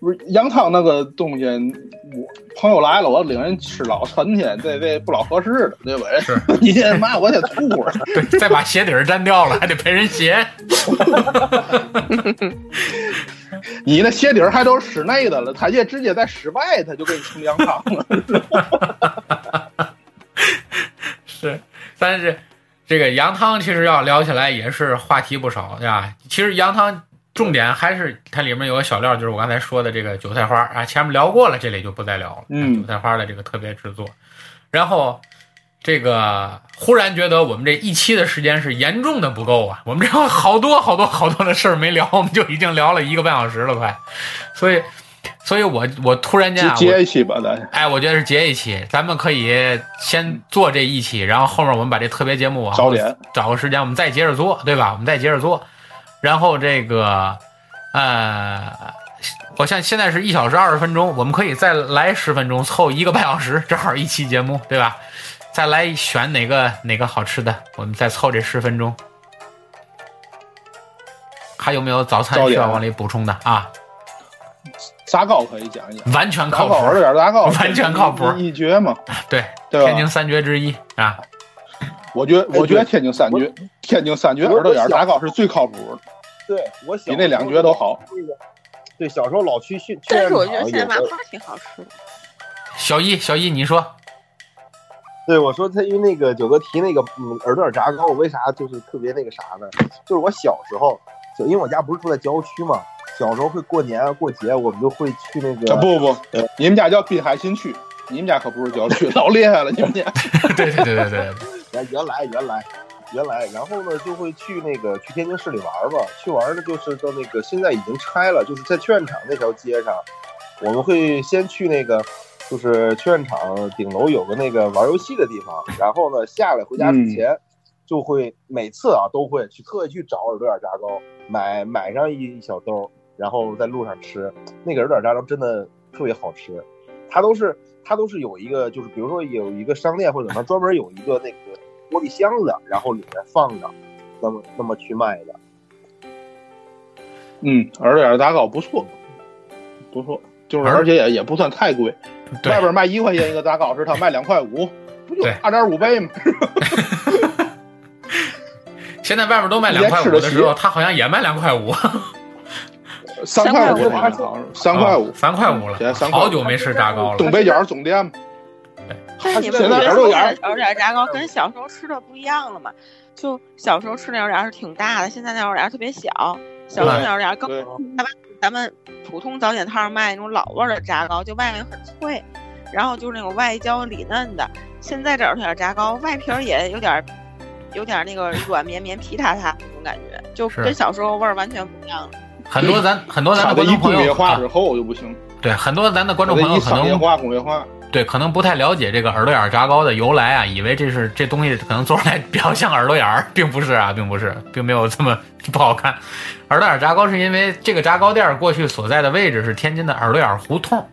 B: 不是羊汤那个东西，我朋友来了，我领人吃老三天，这这不老合适的，对吧？
A: 是
B: 你这妈我得吐会儿。
A: 对，再把鞋底儿粘掉了，还得赔人鞋。
B: 你那鞋底儿还都是室内的了，他这直接在室外，他就给你冲羊汤 了。
A: 是，但是这个羊汤其实要聊起来也是话题不少，对吧？其实羊汤重点还是它里面有个小料，就是我刚才说的这个韭菜花啊，前面聊过了，这里就不再聊了。啊
B: 嗯
A: 韭菜花的这个特别制作，然后。这个忽然觉得我们这一期的时间是严重的不够啊！我们这有好多好多好多的事儿没聊，我们就已经聊了一个半小时了，快。所以，所以我我突然间啊，我
B: 接一期吧，咱
A: 哎，我觉得是结一期，咱们可以先做这一期，然后后面我们把这特别节目往后
B: 早点
A: 找个时间，我们再接着做，对吧？我们再接着做，然后这个呃，我像现在是一小时二十分钟，我们可以再来十分钟，凑一个半小时，正好一期节目，对吧？再来选哪个哪个好吃的，我们再凑这十分钟。还有没有早餐
B: 早
A: 需要
B: 点
A: 往里补充的啊？
B: 炸糕可以讲一讲，
A: 完全
B: 炸
A: 靠
B: 糕
A: 谱
B: 有，点炸糕，
A: 完全靠谱
B: 一一绝嘛，
A: 对，
B: 对 吧
A: 天津三绝之一啊。
B: 我觉得
C: 哎
B: 我觉得
C: 对
B: 天津三绝，天津三绝
C: 我
B: 耳朵眼儿
C: 我想
B: 炸糕是最靠谱的。
C: 对我小
B: 比那两绝都好。
C: 对，小时候老去训，
D: 但是我
C: 去练
D: 觉得
C: 场
D: 现在
C: 有
D: 麻
C: 个
D: 花挺好吃的。
A: 小一，小一，你 说
C: 对，我说他因为那个九哥提那个嗯耳朵眼炸糕，我为啥就是特别那个啥呢？就是我小时候，就因为我家不是住在郊区嘛，小时候会过年啊过节，我们就会去那个
B: 啊不不
C: 对，
B: 你们家叫滨海新区，你们家可不是郊区，老厉害了，你们家。
A: 对对对对对，
C: 哎原原来原来原来，然后呢就会去那个去天津市里玩儿嘛，去玩儿呢就是到那个现在已经拆了，就是在劝场那条街上，我们会先去那个就是劝场顶楼有个那个玩儿游戏的地方，然后呢下来回家之前。就会每次啊都会去特意去找耳朵眼炸糕，买买上一一小兜，然后在路上吃。那个耳朵眼炸糕真的特别好吃，它都是它都是有一个就是比如说有一个商店或者什么专门有一个那个玻璃箱子，然后里面放着，那么那么去卖的。
B: 嗯，耳朵眼儿炸糕不错，不错，就是
A: 而
B: 而且也也不算太贵，
A: 对
B: 外边卖一块钱一个炸糕时，他卖两块五，不就
A: 对
B: 二点五倍吗？
A: 现在外面都卖两块五的时候，他好像也卖两块五，
B: 三
D: 块
B: 五
D: 五
B: 好像是，三块五，
A: 三块五了
B: 现在，三块五
A: 啊好久没吃炸糕了
B: 东。北角总店嘛，
D: 但是你们
B: 现
D: 不
B: 在
D: 是
B: 耳朵
D: 说
B: 眼儿
D: 耳朵眼儿炸糕跟小时候吃的不一样了吗？就小时候吃那耳朵眼儿是挺大的，现在那耳朵眼儿特别小。小时候那耳朵眼儿更
B: 对，
D: 咱们普通早点摊儿卖那种老味儿的炸糕，就外面很脆，然后就是那种外焦里嫩的。现在这耳朵眼儿炸糕外皮儿也有点儿，有点儿那个软绵绵、皮塌塌那种感觉，就是跟小时候味儿完全不一样了。
A: 很多咱很多咱
B: 它
A: 的
B: 的
A: 观
B: 一
A: 众
B: 工
A: 朋
B: 业
A: 友，
B: 化
A: 啊
B: 之后就不行，
A: 对很多咱的观
B: 它
A: 众
B: 的
A: 朋
B: 一
A: 友可
B: 商业
A: 能
B: 化、工业化，
A: 对可能不太了解这个耳朵眼儿炸糕的由来啊，以为这是这东西可能做出来比较像耳朵眼儿，并不是啊，并不是，并没有这么 不好看。耳朵眼儿炸糕是因为这个炸糕店儿过去所在的位置是天津的耳朵眼儿胡同，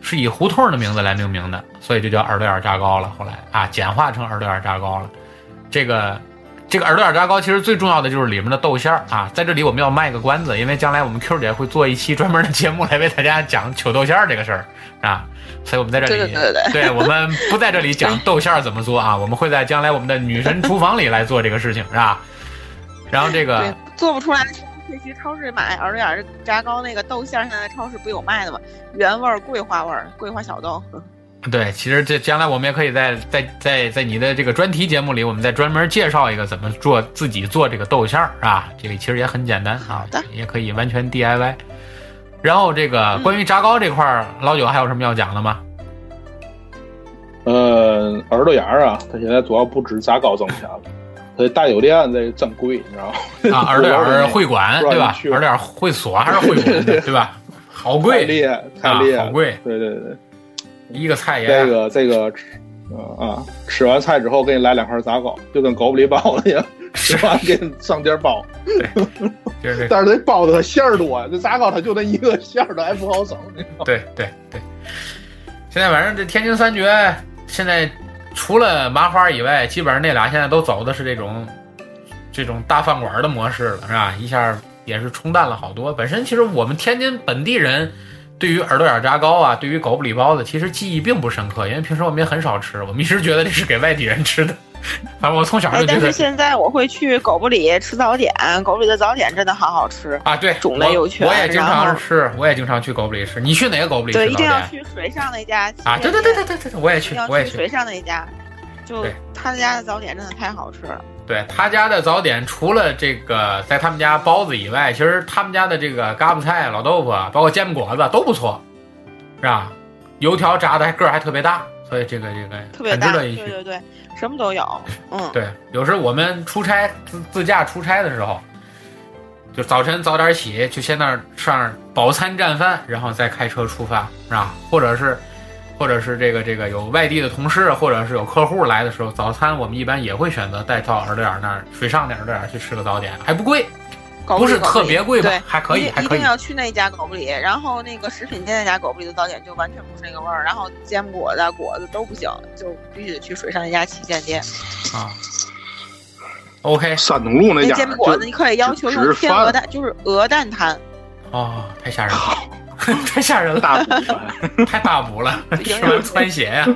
A: 是以胡同的名字来命名的，所以就叫耳朵眼儿炸糕了。后来啊，简化成耳朵眼儿炸糕了。这个这个耳朵眼儿炸糕其实最重要的就是里面的豆馅儿啊，在这里我们要卖个关子，因为将来我们 Q 姐会做一期专门的节目来为大家讲糗豆馅儿这个事儿啊，所以我们在这里
D: 对对对对
A: 我们不在这里讲豆馅儿怎么做啊，我们会在将来我们的女神厨房里来做这个事情是吧？然后这个
D: 对，做不出来的时候可以去超市买耳朵眼儿炸糕，那个豆馅儿现在超市不有卖的吗？原味儿、桂花味儿、桂花小豆。
A: 对，其实这将来我们也可以在在在在你的这个专题节目里，我们再专门介绍一个怎么做自己做这个豆馅儿啊，这个其实也很简单啊
D: 好的，
A: 也可以完全 DIY。然后这个
D: 嗯
A: 关于炸糕这块儿，老九还有什么要讲的吗？嗯
B: 呃，耳朵眼儿啊，它现在主要不止炸糕挣钱了，它大酒店这真贵，你知道吗？
A: 啊，耳朵眼儿会馆
B: 不知道
A: 对
B: 你
A: 吧？
B: 去
A: 耳朵眼儿会所还是会馆 的对吧？好
B: 太
A: 贵
B: 厉害，太
A: 啊
B: 厉，害
A: 好
B: 了，
A: 贵，哎
B: 对对对，
A: 一个菜也
B: 这个这个吃嗯啊，吃完菜之后给你来两块杂糕，就跟狗不理包子一样，吃完给你上点包，
A: 就是这 个
B: 但是这包子它馅儿多，这杂糕它就那一个馅儿的，还不好整。
A: 对对对。现在反正这天津三绝，现在除了麻花以外，基本上那俩现在都走的是这种这种大饭馆的模式了，是吧？一下也是冲淡了好多。本身其实我们天津本地人对于耳朵眼炸糕啊，对于狗不理包子，其实记忆并不深刻，因为平时我们也很少吃，我们一直觉得这是给外地人吃的。 反正我从小
D: 哎
A: 就，觉
D: 但
A: 得
D: 是现在我会去狗不理吃早点，狗不理的早点真的好好吃。
A: 啊，对，
D: 种类
A: 我
D: 有全
A: 我也经
D: 然
A: 常
D: 后
A: 吃，我也经常去狗不理吃。你去哪个狗不理吃
D: 对，一
A: 早
D: 定
A: 点？
D: 要去水上那家
A: 啊，对对对对对对对，我也
D: 一定
A: 去，我
D: 要
A: 也
D: 去
A: 去。
D: 水上那一家，就
A: 对
D: 他家的早点真的太好吃了。
A: 对他家的早点，除了这个在他们家包子以外，其实他们家的这个嘎巴菜、老豆腐，啊包括煎饼果子都不错，是吧？油条炸的还个儿还特别大，所以这个这个
D: 特别
A: 很值
D: 大，
A: 得一
D: 对
A: 去。
D: 对对，什么都有。嗯，
A: 对，有时候我们出差自自驾出差的时候，就早晨早点起，就先那儿上饱餐战饭，然后再开车出发，是吧？或者是，或者是这个这个有外地的同事，或者是有客户来的时候，早餐我们一般也会选择带到耳朵眼儿那儿水上点儿耳朵眼儿去吃个早点，还不贵，
D: 狗
A: 不
D: 里
A: 是特别贵吧
D: 对，
A: 还可以
D: 一定
A: 还可以
D: 一定要去那家狗不理，然后那个食品街那家狗不理的早点就完全不是那个味儿，然后煎果子、果子都不行，就必须得去水上那家旗舰店。
A: 啊。OK，
B: 山东路那
D: 那
B: 家
D: 煎饼果子你可以要求用天鹅蛋，就是鹅蛋摊，
A: 哦，太吓人了， 太吓人了，
B: 大补饭，
A: 太大补了， 吃完穿鞋呀、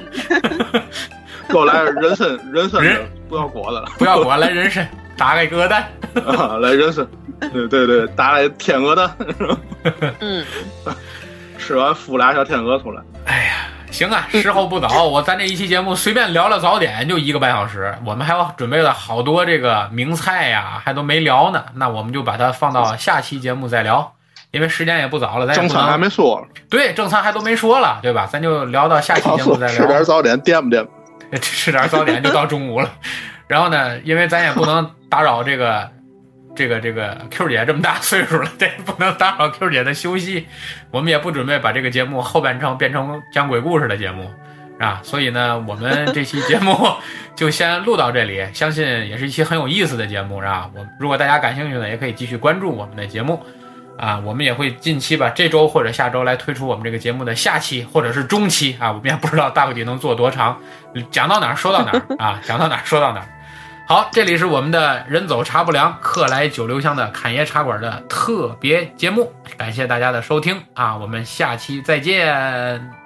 B: 给我来人参，人参的不要果子了。
A: 不要管来人参，打个鹅蛋。
B: 啊，来人参，对对对，打来天鹅蛋，
D: 嗯，
B: 吃完孵俩小天鹅出来。
A: 行啊，时候不
B: 嗯
A: 早，我咱这一期节目随便聊聊早点，就一个半小时。我们还有准备了好多这个名菜呀，还都没聊呢。那我们就把它放到下期节目再聊，因为时间也不早了，咱
B: 中
A: 也不
B: 餐还
A: 能
B: 没说，
A: 对正餐还都没说了，对吧？咱就聊到 下期
B: 告
A: 节
B: 诉
A: 目
B: 我
A: 再
B: 吃点
A: 聊，
B: 早点垫吧垫吧。
A: 吃点早点就到中午了。 然后呢，因为咱也不能打扰这个。这个这个 Q 姐这么大岁数了，这不能打扰 Q 姐的休息。我们也不准备把这个节目后半程变成讲鬼故事的节目，啊，所以呢，我们这期节目 就先录到这里，相信也是一期很有意思的节目，是吧？我如果大家感兴趣呢，也可以继续关注我们的节目，啊，我们也会近期吧，这周或者下周来推出我们这个节目的下期或者是中期啊，我们也不知道大个底能做多长，嗯讲到哪儿说到哪儿啊，讲到哪儿说到哪儿。好，这里是我们的人走茶不凉，客来酒留香的侃爷茶馆的特别节目，感谢大家的收听啊，我们下期再见。